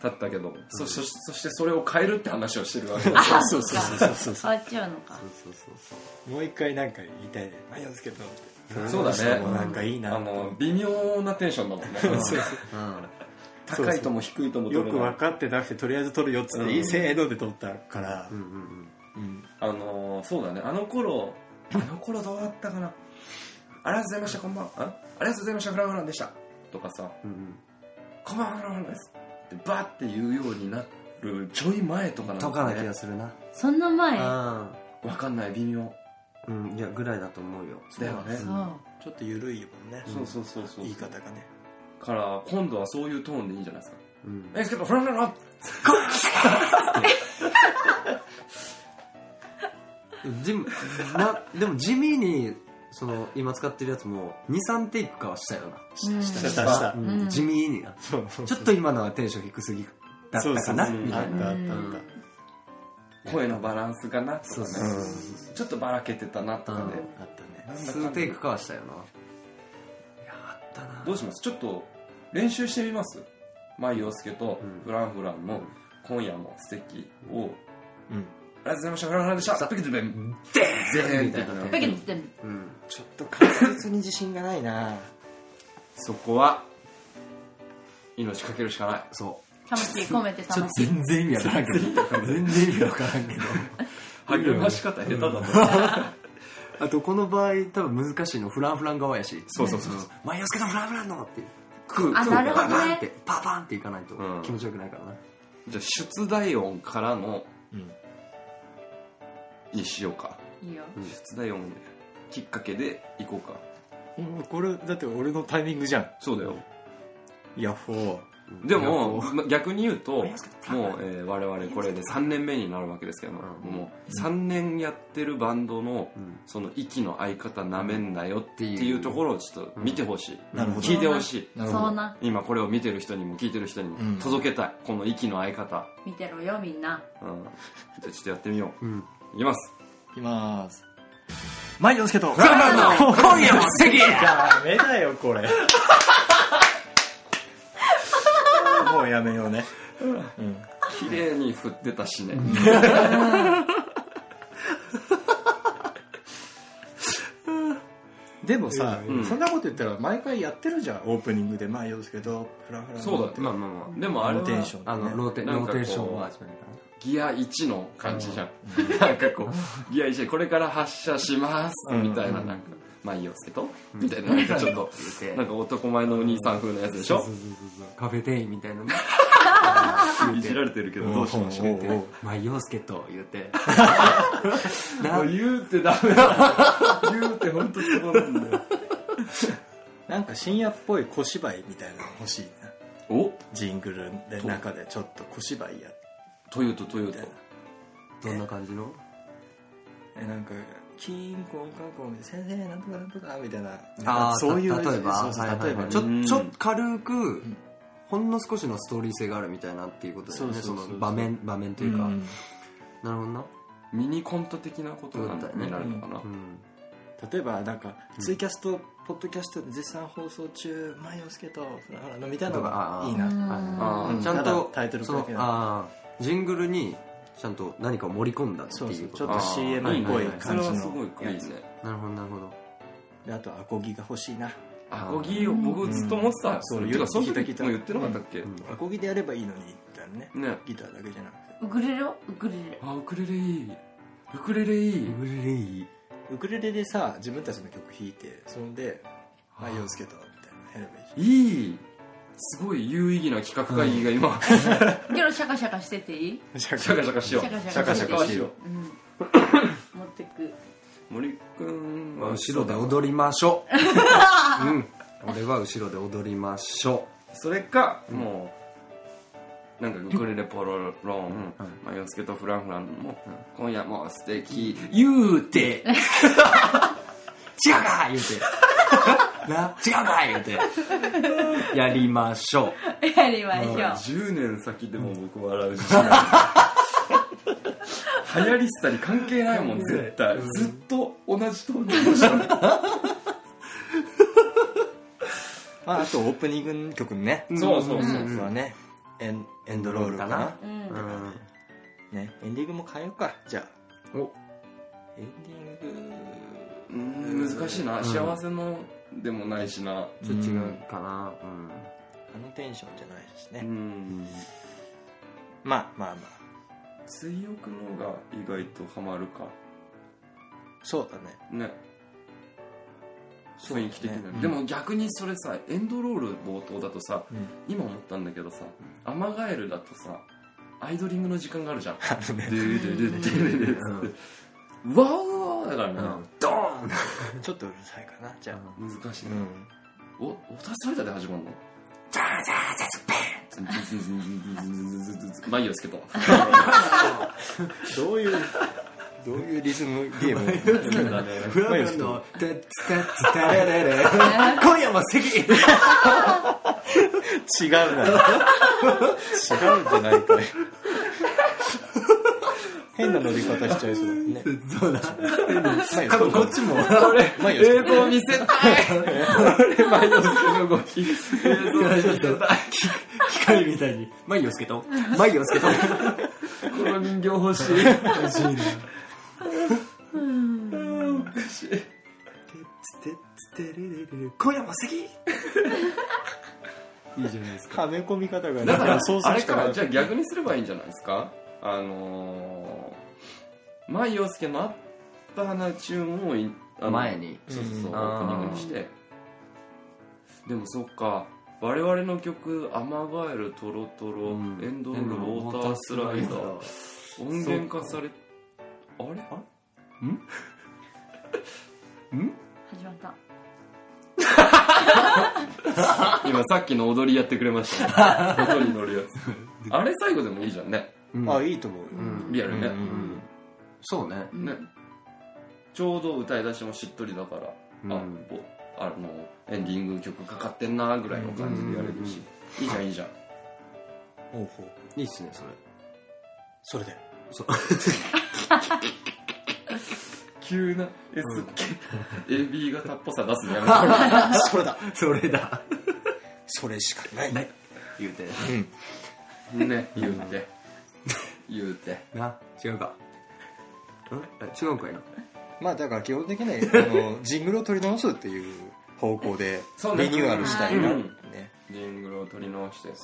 経ったけど、そそそしてそれを変えるって話をしてるわけだ
あ
そうそうそうそうそ
変わっちゃうのか
そうそうそう
うもう一回なんか言いたいね「マヨスケと」って
そうだね
もなんかいいな
あの微妙なテンションだもんね
そうそう
そう。うん。
高いとも低いとも
よ
取れ
く
ない
分かってなくてとりあえず撮るよっつって、いいせーので撮ったから
う、んうん
うん
あのーそうだねあの頃あの頃どうだったかなありがとうございましたこんばんはあありがとうございましたフランフランでしたとかさ
うんうん。
こんばんはフランフランですってバーって言うようになるちょい前とかなん
とかな
ね
気がするな。
そんな前
わかんない微妙
うん。うん、いや、ぐらいだと思うよ。
だよね
そう
ちょっと緩いもんね、
そうそうそうそう
言い方がね
から今度はそういうトーンでいいんじゃないですか
うん
え。ですけどフランフラン
でも、な、でも地味に、その、今使ってるやつも、2、3テイクかはしたよな。
うん
下下下
う
うん
ん、地味にな。
そうそう
ちょっと今のはテンション低すぎだったかな、
そうそう
みた
あ
い
ったあったあ
う
っ
ん
声のバランスかなとか
そう
ね
そうそう
ちょっとばらけてたなとかね
うん
あったね
数テイクかわしたよないやあったな
どうしますちょっと練習してみます舞陽介と
うん
フランフランの「今夜も素敵
う
を
ん
ありがとうございましたフランフランでした
さ
ペケズベン
デーン
みたいな
みた
ペ
い
ケ
な
ッって
うん
ちょっと関節に自信がないな
そこは命かけるしかない
そ
魂込めて楽しい
全然意味わからんけど全然意味わから んけど
励まし方下手だな
うあとこの場合多分難しいのフランフラン側やし
そうそうそうん
「マイヨスケのフランフランの!」ってクー
あなるほどね
パンパンってパパンっていかないと
うん
気持ちよくないからな
じゃあ出題音からの
うん
にしようか
いいよ
出題音きっかけでいこうか
うんこれだって俺のタイミングじゃん
そうだよ
ヤッホ
でもま逆に言うともう
ありますけど、
えー我々これで3年目になるわけですけども,、
うん
もう3年やってるバンドの
うん
その息の合い方なめんなよっていうところをちょっと見てほしい、
ーなるほど
聞いてほしい
なるほど
そうな
今これを見てる人にも聞いてる人に
うん
も届けたい、この息の合い方、
見てろよみんな
うん、じゃあちょっとやってみよ
うん
ういきます
いきまーす前洋介と
今夜も素敵
ダメだよこれもうやめようねうん
綺麗に振ってたしね、
でもさ、
うん
そんなこと言ったら毎回やってるじゃんオープニングで前洋介とフラフラの
そうだって
まあまあま
でもあれ
ローテンシ
は
ョン
ああのローテ
なん
ロ
かこ
ー
う
テーションは始めるか
ギア1の感じじゃん、なんかこうギア1でこれから発射します
うん
みたいななんかまあいいよスケとみたいななんかちょっと
うん
なんか男前のお兄さん風のやつでしょ
そうそうそうそうカフェ店員み たいなの
いじられてるけどどうしましょう
おうおうおう
まあ陽介と言 うて
もう言うてダメだ言うて本当つぼなんだよ
なんか深夜っぽい小芝居みたいなの欲しいな
お
ジングルで中でちょっと小芝居やって
トヨタトヨタ
どんな感じの
えなんかキーンコンカンコンで先生なんとかなんとかみたいななん
あ
か
あ
そういう
た例えば
そうそう
はいはい
例えばね
ちょ
うん
ちょっと軽く
ん
ほんの少しのストーリー性があるみたいなっていうことだよね
そ
そう
そうそう
の場面場面というか、
うん
なるほどな
ミニコント的なことなんだ
そうだね
になるのかな
うん
例えばなんかツイキャストポッドキャストで絶賛放送中前洋介とフラフラのみたいなのがいいな
う
あ
ん
ー
うん
ちゃん
ただ
と
タイトル
そ
だ
の
けだ
あージングルにちゃんと何かを盛り込んだって
そう
い
そうう
こ
ちょ
と
っと
あ
あ
ー
CM っぽい感じ
それはす
の
ごいいいね
なるほどなるほど
であとアコギが欲しいな
アコギを僕ずっと持ってた
そう
てかその
聞
時
いた聞いた
もう言ってなかったっけ
うん
アコギでやればいいのにみたいなね
ね
ギターだけじゃなく
ウクレレをウクレレ
あウクレレいいウクレレいい
ブルーレイ
てウクレレでさ自分たちの曲弾いてそんで前洋介とみたいなのやれ ばいいじゃん
いいすごい有意義な企画会議が今、
今日シャカシャカしてていい
シャ
シャカシャカしよう
シャカシャカ
はしよ
うん 持ってく
う森くんは
後ろで踊りましょ う、うん、俺は後ろで踊りましょ
それか、もうなんかウクレレポロロン、まあ、洋介とフランフランも、今夜も素敵言う て
う違うか 言うてな違うか言うてやりましょう
やりましょう
10年先でも僕笑うし流行りしたり関係ないもん絶対、ずっと同じと思う
まあ、あとオープニング曲ね。
そうそうそう
僕はね、エンエンドロールかな。
うん
ね、エンディングも変えようか。じゃあ。
お
エンディン
うん難しいな、
ん
幸せのでもないしな
ちょっと違うかなうん
グ、あのテンションじゃないしね。
うん
まあまあまあ。
水浴のが意外とハマるか
そうだね。
ね
そうだ
雰
ね
囲気的な、
うん
でも逆にそれさエンドロール冒頭だとさ、
うん
今思ったんだけどさアマガエルだとさアイドリングの時間があるじゃん
あの
「ド
ね
ゥドゥドゥドゥドゥドゥつってわおわおだからね、
ドーン
ちょっとうるさいかな。じゃあ。
難しいうね、
ん。
おおたされたで始まるのザーザーザーズペンまあいいよですけど
どう いう、どういうリズムゲーム
フランスの「タッツタッツタレレレ」 今夜も席
違う な。違うんじゃないかよ。変な乗り方しちゃいそう。ね。
そうだ。
前
多分こっちも。これ、
前よ
映像見せたい俺、マイノスの動き。
機械みたいに。眉をつけと。眉をつけと。
この人形欲しい。
欲しいな。
おかしい。
つてつてれれれれ今夜も席いいじゃないですか。
はめ込み方が
だから、
操
あ
作
れ
しかな
か、
い
じゃあ逆にすればいいんじゃないですかあのー、前洋介のアッパーな注文をいあの
前に。
そうそうそう、
うん
オープニングにして。でもそっか、我々の曲、アマガエル、トロトロ、
うん
エンドロール、ウォータースライダー、音源化され、あれあ
始まった
今さっきの踊りやってくれましたね音に乗るやつあれ最後でもいいじゃんね
うん
あ、いいと思うよ。
うん
リアルね、
うん
うんそうね。
うん
ねちょうど歌い出しもしっとりだから、あ
うん
おあのエンディング曲かかってんなぐらいの感じでやれるし、いいじゃんいいじゃん
ほうほう。
いいっすね、それ。
それで。
急な S 系、AB 型っぽさ出すのやめてもらう
それだ。
それだ。
それしかない。
ない。言うて。
ね言うて言うて
な、違うか。んあ違うんかいな。
まあだから基本的に は、あの、ジングルを取り直すっていう方向で
そう、ね
リニューアルしたいな。
うん
ね。
ジングルを取り直して
で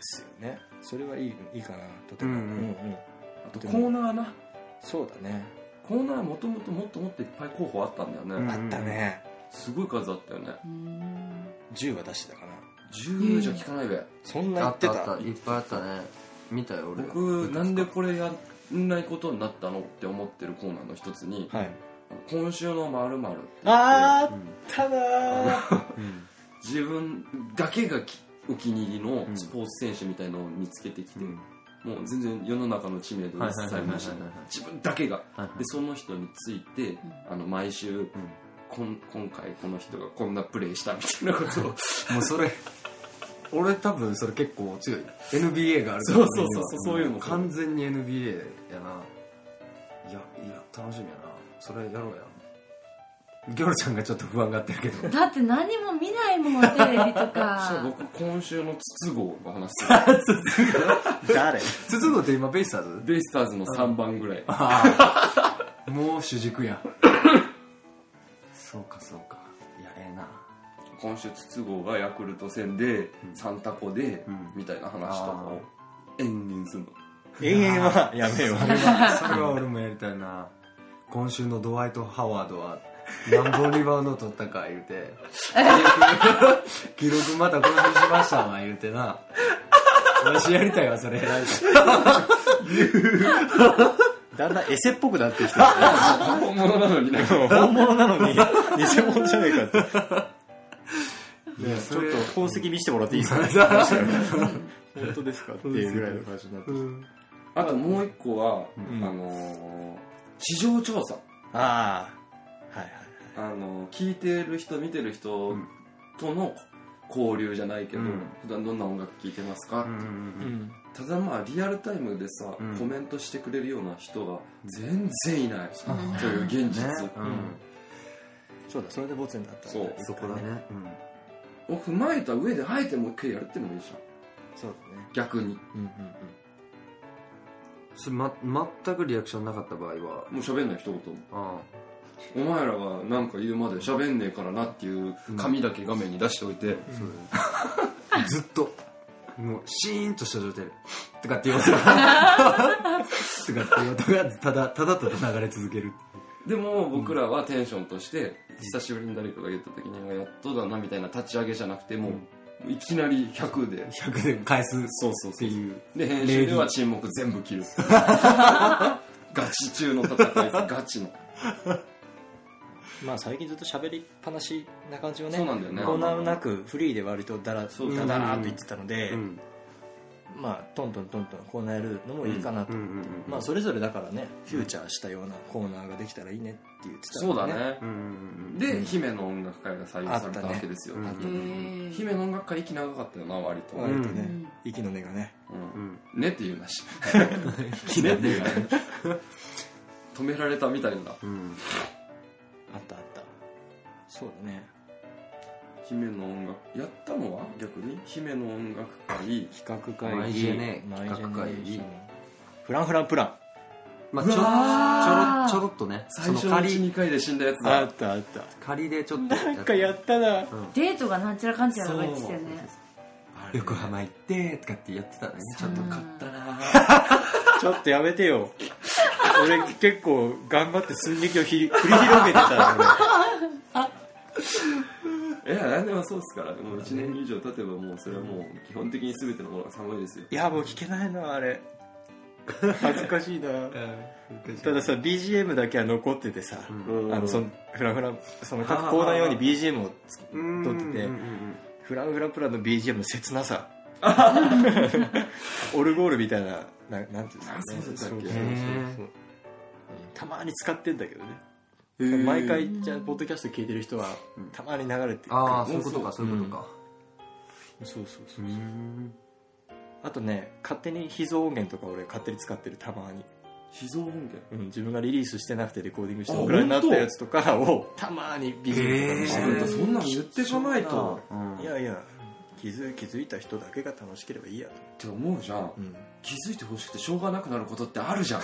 すよね。それはいい、いいかな、とても。
うんうん
うんうん
あとコーナーな
そうだね。
コーナーもともともっともっといっぱい候補あったんだよね、
うん
あったね。
すごい数あったよね
うん
10は出してたかな。
10じゃ聞かないべ、
そんな
あ
言っ
ってた
た
あった。いっぱいあったね。見たよ、俺。
僕なんでこれやんないことになったのって思ってるコーナーの一つに
はい。
「今週のまるって言って
あー
う
あっ
ん
たなー
うん
自分だけがきお気に入りのスポーツ選手みたいのを見つけてきて、もう全然世の中の知名度一切無視
はいはいはいはいはい
自分だけが
はい
でその人について、あの毎週、こん今回この人がこんなプレーしたみたいなことを
もうそれ、俺多分それ結構強い。NBA がある
そうそうそうそうそういうの
ん完全に NBA やな。いや、いや、楽しみやな。それやろうや。ギョロちゃんがちょっと不安がってるけ ど。
だって何も見ないもんテレビと
そしたら
か
僕今週の筒香の話す る
誰
筒子って今ベイスターズ
ベイスターズの3番ぐらい
ああ。もう主軸やん。そうかそうか。やれえな。
今週筒香がヤクルト戦で、サンタコで、
うん
みたいな話とかを延々するの
永遠はやめよ
それは、それは俺もやりたいな。今週のドワイト・ハワードは、何本リバウンド取ったか言うて、記録、記録また更新しましたわ言うてな。私やりたいわ、それ。
う。だんだんエセっぽくなってきた。
本物なのにね
本物な のに、偽物じゃねえかって。
ね
ちょっと宝石見せてもらっていいですか 本当ですかっていうぐらいの感じになってきた。
あともう一個は、
ん
あのー市場調査
ああ。はいはい。
あのー聞いてる人見てる人
ん
との交流じゃないけど、
うん
普段どんな音楽聴いてますか、
うん
ただまあリアルタイムでさ、
うん
コメントしてくれるような人が全然いない、という現
ね
実、
そうだ、それでボツになったんだ。
そう
そこだね。
を踏まえた上であえてもう一回やるってのもいいじゃん
そうだね。
逆に
うんうんうん。
それま、全くリアクションなかった場合は、
もう喋んない一言も
あ
お前らがなんか言うまで喋んねえからなっていう紙だけ画面に出しておいて、
あ、そうだね。ずっと、もう、シーンとした状態で、とかっていう音が、とかっていう音が、ただ、ただただ流れ続ける。
でも僕らはテンションとして久しぶりに誰かが言った時にやっとだなみたいな立ち上げじゃなくてもういきなり100で
100で返す
そうそう
っ
そ
て
う
いう。
で編集では沈黙全部切 るガチ中の戦いさガチの
まあ最近ずっと喋りっぱなしな感じをね、
そうなんだよね
コーナーなくフリーで割とダラ
そう
ダラーっと言ってたので、
うん
まあ、トントントントンコーナーやるのもいいかなと、
うんうんうん
まあ、それぞれだからねフューチャーしたようなコーナーができたらいいねって言ってた
そうだ
ね
ね
う、んうん
で姫の音楽会が採用されたわけですよ、
あったね
え
姫の音楽会息長かったよな割と、
割とね、
うん
息の根がね
うん
うん
ねって言うな しねって言うな止められたみたいな
うん
あったあったそうだね
姫の音楽やったのは逆に姫の音楽
企
会
画
マ
会
イ
議
ジェネ
マイジェネ
企画会議
フランフランプラン
ま
うわ
あ
ー
ちょちょろちょろっとねそ
最
の
初の
仮
12回で死んだやつ
あ
だ
ったあった
仮でちょっとなん
ったな
デートがなんちゃらかんちゃらとか言ってたよね
横浜行ってとかってやってたねちょっと
うん
買ったな
ちょっとやめてよ 俺結構頑張って寸劇をひり繰り広げてたの
いや何でもそうですからもう1年以上経てばもうそれはもう基本的に全てのものが寒いですよ
いやもう聞けないなあれ恥ずかしいなたださ BGM だけは残っててさ、
うん
あのそのフラフラその各コーナー用に BGM をつ
うん
撮っててフラフラプラの BGM の切な さオルゴールみたいなななんていうんですかね
そうだったっけ
そうそうそう
へー
うんたまに使ってんだけどね毎回じゃあポッドキャスト聞いてる人はたまに流れてくる
ああそういうことかそういうことか
そうそうそうう、
ん
あとね勝手に秘蔵音源とか俺勝手に使ってるたまに、
秘蔵音源
うん、自分がリリースしてなくてレコーディングして
あ
お蔵になったやつとかをたまにビデオとかにして
あ
る
んたそんなの言ってかないと
うん
いやいや気づ気づいた人だけが楽しければいいやと、
って思うじゃん
うん、
気づいてほしくてしょうがなくなることってあるじゃん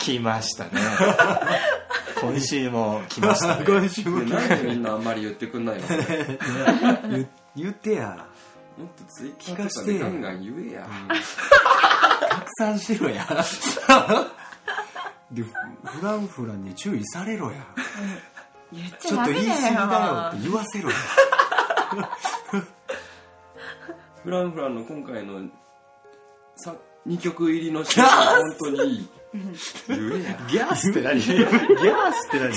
来ましたね今週も来ましたね
今週
で
も
なんでみんなあんまり言ってくんないのもっ
言言ってや
とツイッターとかでガンガン言えや
拡散しろや でフランフランに注意されろや
言っち
ち
ゃ
ょっ
ダ
と
メだ
言い
よ
過ぎだよって言わせろや
フランフランの今回の2曲入りのシーンは本当にいい言えや
ギャースって何ギャースって何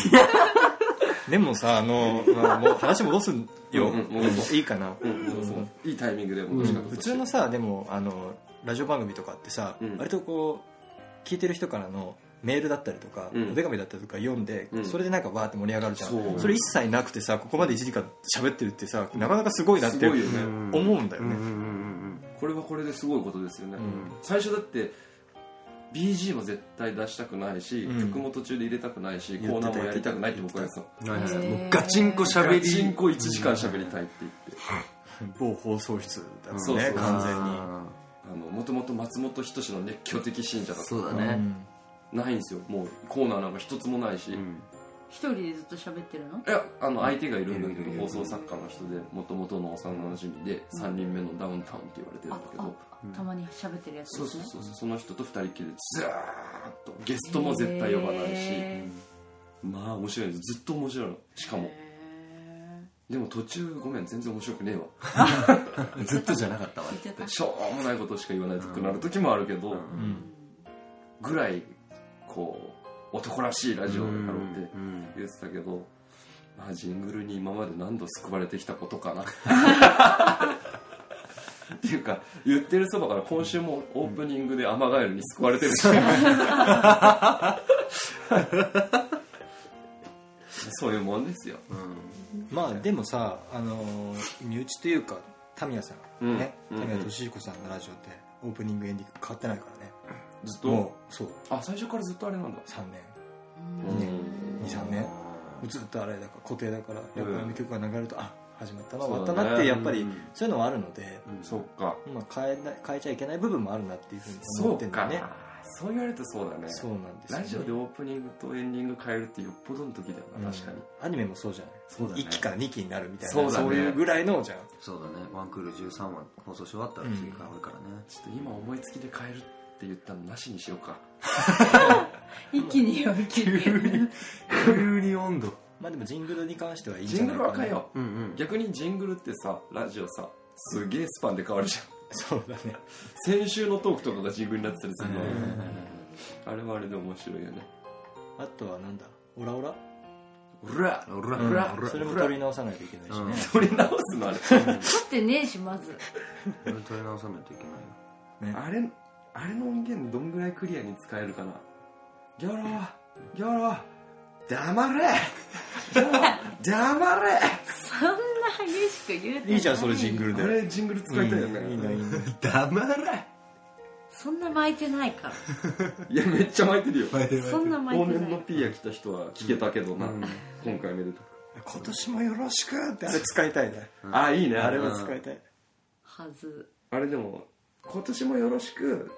でもさあの、まあもう話戻すよ、
うんうん戻そう
いいかな、
うんそうそういいタイミングで
う
も
ん
しか
普通のさでもあのラジオ番組とかってさ、
うん
割とこう聞いてる人からのメールだったりとか、
うん
お手紙だったりとか読んで、
うん
それでなんかわーって盛り上がるじゃん
そ
そうれ一切なくてさここまで1時間喋ってるってさなかなかすごいなっ
す
て
ごいよ
思
ね、
うんだよ
うんうん
ね、
これはこれですごいことですよね、
ん
最初だって BG も絶対出したくないし、
うん
曲も途中で入れたくないし
言
コ
っ
ー
て
ナ
た
ーもやりたくないって僕はやって
うんうん
へー
もうガチンコ
た
喋
ガ
り
チンコ1時間喋りたいって言って、
某放送室だ
そ
もん
うそう
ね
そう
完全に
あ
あのもともと松本人志の熱狂的信者だ
ー
った
そうだ
う
ね
ん
ないんですよもうコーナーなんか一つもないし、い
一人でずっと喋ってるの
やあの相手がいるんだ
いる
け
いるい
ど
る
放送作家の人でもともとの幼馴染みで3人目のダウンタウンって言われてるんだけど、
ああたまに喋ってるやつ
そう
です
そう
ね
そうそうその人と二人っきりでずーっとゲストも絶対呼ばないし、
へー
まあ面白いですずっと面白いのしかも
へ
でも途中ごめん全然面白くねえわ
うんずっとじゃなかったわ
ー聞いてた
しょうもないことしか言わないくなる時もあるけど、
うん
ぐらいこう男らしいラジオだろうっ
う
て
ん
言ってたけど、まあ、ジングルに今まで何度救われてきたことかなっていうか言ってるそばから今週もオープニングでアマガエルに救われてるしそういうもんですよ
まあでもさあのー身内というかタミヤさん、
うん
ね
うん
タミヤ俊彦さんのラジオってオープニングエンディング変わってないからね
ずっと
もうそう
あ最初からずっとあれなんだ
3年
うん
23年ずっとあれだから固定だから
うん
やっぱりあの曲が流れると、あ始まったな
そう
終わっ
だ
た
ね
なってやっぱりそういうのはあるので、
そっか
まあ、変えない変えちゃいけない部分もあるなっていうふうに
そ
思っ
う
てんだ
か
よね
そう言われるとそうだね
そうなんですよ
ラ
ね
ジオでオープニングとエンディング変えるってよっぽどの時だよな確かに、
うんアニメもそうじゃない
そうだね
1期から2期になるみたいな
そ
そうう,、
だね
いうぐらいのじゃん
そうだねワンクール13話放送し終わったら次から俺からね
ちょっと今思いつきで変えるって言ったのなしにしようか
一気によ一気に
急に温度
まあでもジングルに関してはいいんじ
ジ
ゃ
ン
な
グ
い
ル
かな
は変えよ
うんう
うん逆にジングルってさラジオさすげえスパンで変わるじゃん
そうだね
先週のトークとかがジングルになってたりするの、
ん
あれはあれで面白いよね
あとはなんだオラオラ
うら
うら
うん
うらうら
それも取り直さないといけないしね、
うん
取り直すのあれ
ってねえしまず
取り直さないといけないよ
ね
あれあれの音源どんぐらいクリアに使えるかなギョロギョロ黙れギョロ黙れ
そんな激しく言うてない
いじゃんそれジング ルで
あれジングル使いたいよね、
いいないいな
黙れ
そんな巻いてないから
いやめっちゃ巻いてるよ
そんな巻い
往
て
年
な
の
い
P が来た人は聞けたけどな、今回めでたく
今年もよろしくってあれ使いたいね
あいいね
あ
あ
れ
れ
は
は
使いたい
はず
あれでも今年もよろしく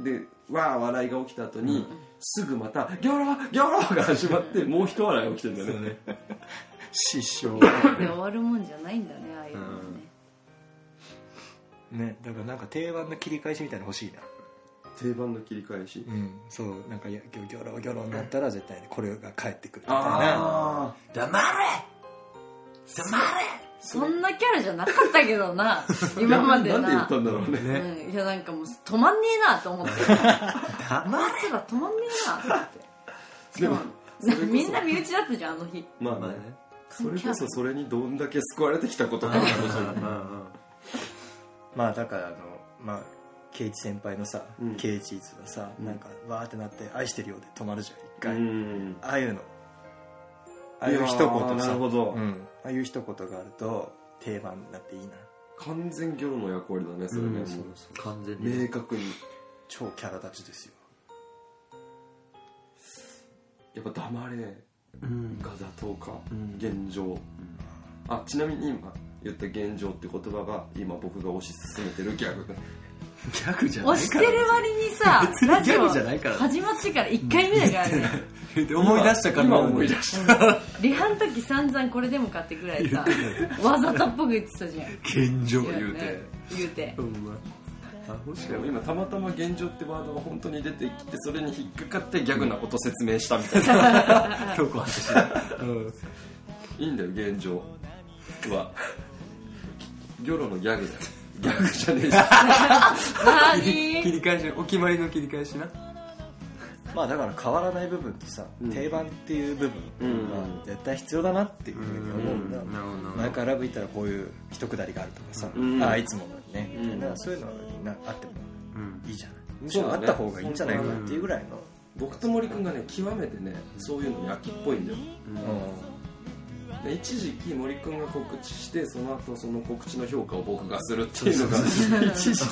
でわあ笑いが起きた後に、すぐまた「ギョロギョロ!」が始まってもう一笑いが起きてるんだよね
失笑
で終わるもんじゃないんだねああいうのはね
ねだからなんか定番の切り返しみたいなの欲しいな
定番の切り返し
うんそうなんかいやギョギョロギョロになったら絶対にこれが返ってくるみたいな
あ
黙れ
そんなキャラじゃなかったけどな
あ
今までな
なんで言ったんだろうね
うん、いやなんかもう止まんねえなと思ってあい
黙れ
つら止まんねえなと思ってしかも
でもそれこそ
みんな身内だったじゃんあの日
まあねそれこそそれにどんだけ救われてきたことか
まあだからあのまあ圭一先輩のさ
うん
圭一いつはさなんかわーってなって「愛してるよ」で止まるじゃん一
う
回
ん
ああいうのああいう一言
な
さ
るほど、
うんああいう一言があると定番になっていいな
完全ギョロの役割だねそれね、もう
完全に
明確に
超キャラ立ちですよ
やっぱ黙れ
うん
が妥当か、
うん
現状、あちなみに今言った「現状」って言葉が今僕が推し進めてるギャグ
ギャグじゃない
押し
か
て
ら
る割にさ
別に
ラジ
ギャ
オ
グじゃないから
始まってから1回目だからね
思い出したか
今
のように
思い出した
リハの時散々これでもかってぐらいさわざとっぽく言ってたじゃん
現状言う
いやね
て
言うて
うまあもし
しかも今たまたま「現状」ってワードが本当に出てきてそれに引っかかってギャグなこと説明したみたいな
今日私うん
いいんだよ現状 はギョロのギャグだよギャグじゃねえし
な
切
に
り返しお決まりの切り返しな
まあだから変わらない部分とさ、
ん
定番っていう部分は絶対必要だなっていうふうに思うんだ、
なるほど
前からラブ行ったらこういう一くだりがあるとかさ、
うん
ああいつものねみたいな、
うん
そういうのがみんなあっても
うん
いいじゃないむし
そう
ろあ
だね
った方がいいんじゃないかなっていうぐらいの、
僕と森君がね極めてねそういうの焼きっぽいんだよで一時期森君が告知してその後その告知の評価を僕がするっていうのが一時期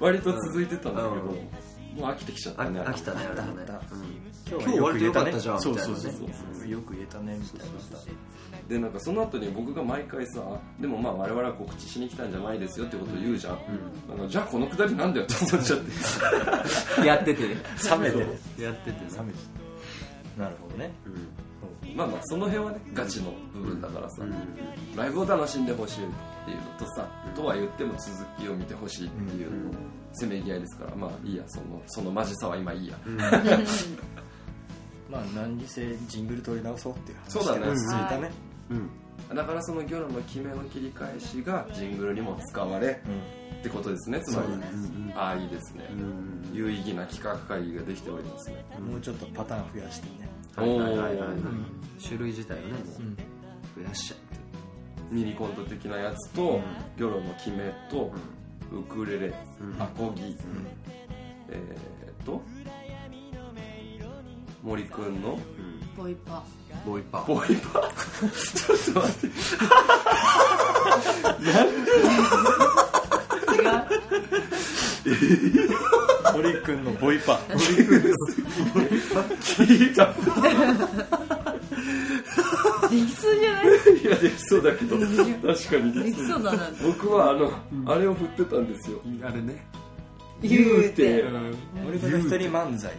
割と続いてたんだけど、
うん
もう飽きてきちゃっ
あ
たね
飽きたねあれはね
あった
うん
今
今日割と良かった
ね
じゃんみた
そ
いうなね
そうそうそうよく言えたねみたいなさ
でなんかその後に僕が毎回さでもまあ我々は告知しに来たんじゃないですよってことを言うじゃん、なんかじゃあこのくだりなんだよって思っちゃって
やっててね
冷めてる
やっ
冷めて
てて
るなるほどね、
まあまあその辺はねガチの部分だからさ、ライブを楽しんでほしいっていうのとさ、とは言っても続きを見てほしいっていうののせめぎ合いですからまあいいやそのそのマジさは今いいや、
まあ何にせジングル取り直そうっていう話
そうだね
が落ち着いたね、
うん
だからそのギョロの決めの切り返しがジングルにも使われってことですねつまり
そうだね
ああいいですね、
うん
有意義な企画会議ができておりますね
うんもうちょっとパターン増やしてね、
はいはいはいはい
おー
種類自体をねも
うん
う増やしちゃ
ミニコント的なやつと、ギョロの決めと、ウクレレ、
うん
アコギ、えー、と森くんの
ううん
ボイパ
ボイパ
ボイパーちょっと待って
違う
堀君のボイパ
聞いた
できそうじゃない
いやできそうだけど確かに
できそうだな
僕はあの、あれを振ってたんですよ
あれね
言うて
森君の一人漫才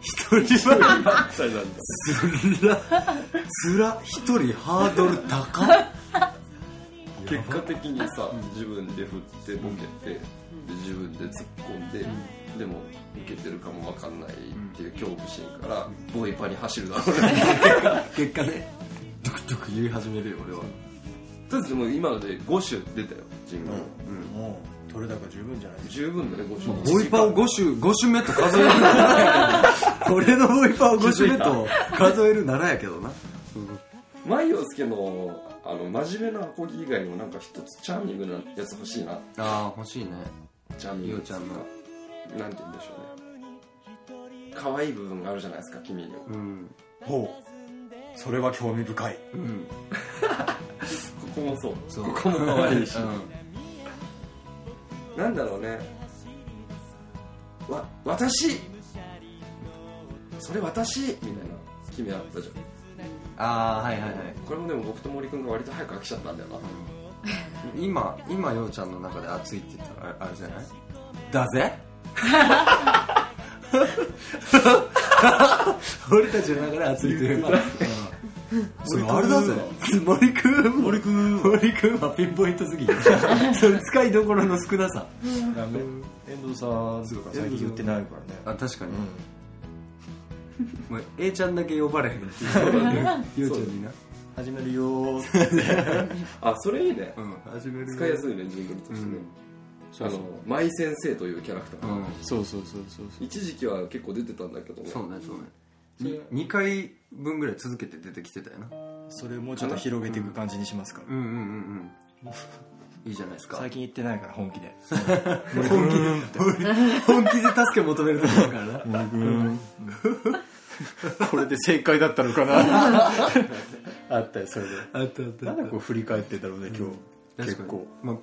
一人は
何歳 なんだ
つらつら一人ハードル高い
結果的にさ自分で振ってボケてで自分で突っ込んで、でも受けてるかも分かんないっていう恐怖心からボイパに走るだろうね
結果ねドクドク言い始めるよ俺は
とりあえずでも今ので5種出たよジングル、
もう取れ高十分じゃない
十分だね5種
ボイパを5種5種目と数え るならやけど俺のボイパを5種目と数えるならやけどな
マイヨスケのあの真面目なアコギ以外にもなんか一つチャーミングなやつ欲しいな
ああ欲しいね
チャーミングっていうか
ゆう
なんて言うんでしょうね可愛い部分があるじゃないですか君にも
うん
ほうそれは興味深い
うん
ここもそう
そう
ここも可愛いし、
う
なんだろうねわ私それ私みたいな君あったじゃん
ん、ああはいはいはい
これもでも僕と森君が割と早く飽きちゃったんだよな
今今ようちゃんの中で熱いって言ったらあれあれじゃないだぜ俺たちの中で熱いって言うから、うんそれあれだぜ森くん森くん森くんはピンポイントすぎてそれ使いどころの少なさ
遠藤さんとか最近言ってないからね
あ確かに、
うん
もう A ちゃんだけ呼ばれへんっていうようちゃんにな
始めるよーって
あそれいいね
うん始める
使いやすいねジングルとしてね、あのマイ先生というキャラクター、
うん
そうそうそうそうそ
一時期は結構出てたんだけどね
そうねそうねに2回分ぐらい続けて出てきてたよな
うそれをもうちょっと広げていく感じにしますか
うんうんうんうんいいじゃないですか
最近言ってないから本気で
本気で本気で助け求めるとこだからな
これで正解だったのか なあったよそれで
あったあったあ
な
っ
んでこう振り返ってんだろうね今
た
日結構
まあ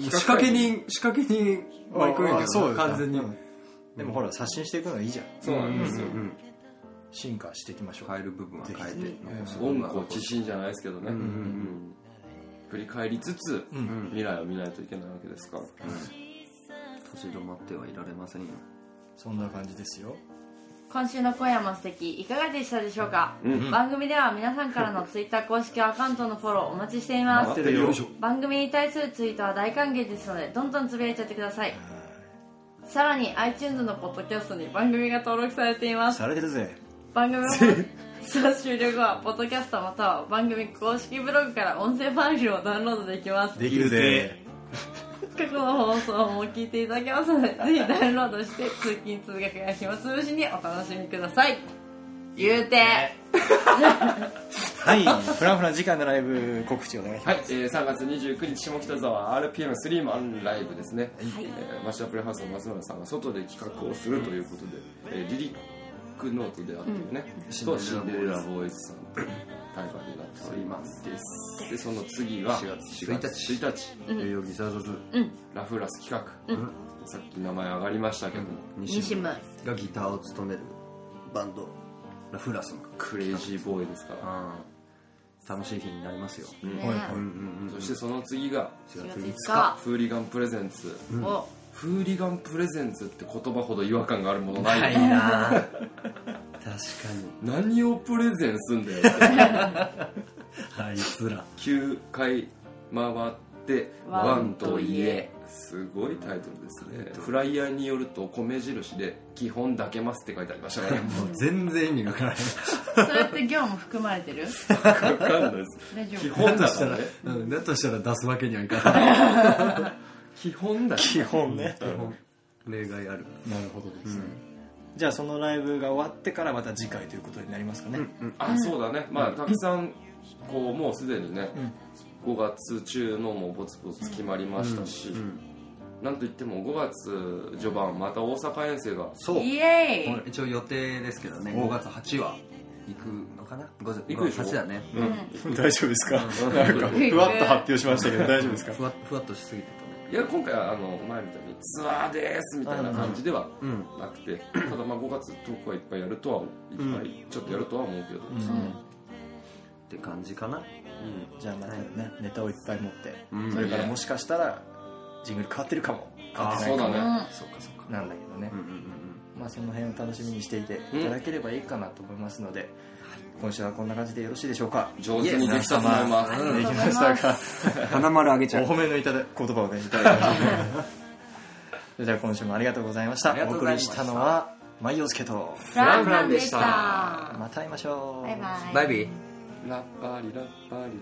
仕掛け人仕掛け人マイクロや
あ
けど
そ
な
うだ
完全に
うんでもほら刷新していくのはいいじゃん
そうなんですよ、
うん
進化していきましょう
変える部分は変えて残す部分
恩
は
子
残す
自身じゃないですけどね、
んうん
振り返りつつ、
うん
未来を見ないといけないわけですから、
立ち止まってはいられませんよ
そんな感じですよ
今週の今夜も素敵いかがでしたでしょうか、
ん
番組では皆さんからのツイッター公式アカウントのフォローお待ちしていま
待
す
ってるよ
番組に対するツイートは大歓迎ですのでどんどんつぶやいちゃってくださいさらに iTunes のポッドキャストに番組が登録されてい ます
されてるぜ
番組の放送終了後はポッドキャストまたは番組公式ブログから音声ファイルをダウンロードできます
できるぜ
過去の放送も聞いていただけますのでぜひダウンロードして通勤通学や暇つぶしにお楽しみください言うて
はいフランフラン次回のライブ告知お願いします
はい、えー3月29日下北沢 RPM3 マンライブですね、えーマッシュアップレハウスの松村さんが外で企画をするということで、えーリリックノートであってるね、とシンデレラボーイズさんという対バになっておりますですでその次が
4
4
月
月1日
代々木サーザズ
ラフラス企画、さっき名前上がりましたけども、
西
西
ム
がギターを務めるバンドラフラスの
クレイジーボーイですから、
楽しい日になりますよ
うん
はいはい
そしてその次が
4月
4
5
月
日
フーリガンプレゼンツ、
を
フーリガンプレゼンツって言葉ほど違和感があるものないよね
いな確か
何をプレゼンすんだよ
にあいつら
9回回ってワ
ワ
ン
ン
と
と
言
言
え
え
すごいタイトルですねフライヤーによると米印で「基本だけます」って書いてありま したね
もう全然意味わからない
それって業務含まれてる
わかんないです
大丈
基
夫
本だからね
うんだとしたら出すわけにはいかない
基本だ
基本ね
例外ある
なるほどですねじゃあそのライブが終わってからまた次回ということになりますかね
あそうだねまあたくさんこうもうすでにね5月中のもぼつぼつ決まりましたしなんといっても5月序盤また大阪遠征が
そう
イエーイ、
一応予定ですけどね
お
5月8は行くのかな5月
行くでしょ
8だね
大丈夫ですかなんかふわっと発表しましたけど大丈夫ですか
ふわふわっとしすぎて
いや今回はあの前みたいにツアーですみたいな感じでは
たね
なくて、 ただまあ5月10日はいっぱいやるとはいっぱいちょっとやるとは思うけど、
うん
って感じかな
じゃあまたねネタをいっぱい持って
ん
それからもしかしたらジングル変わってるかも変わ
あ
ってない
そうだね、
そうかそうか
なんだけどね
うんうんうん
まあその辺を楽しみにしていていただければいいかなと思いますので今週はこんな感じでよろしいでしょうか
上手にできたと思います、
うん
できましたか
うん花丸あげちゃ
お
う
褒めのいただ言葉をねいただきましたじゃあ今週もありがとうございました
ありが
お
とうご
送
ざい
り
まし
したたのはマイオスケと
フランフランでした
また会いましょう
バイバイ
バイビー
ラッパーリラッパーリラッパーリ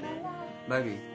ラッ
バイビー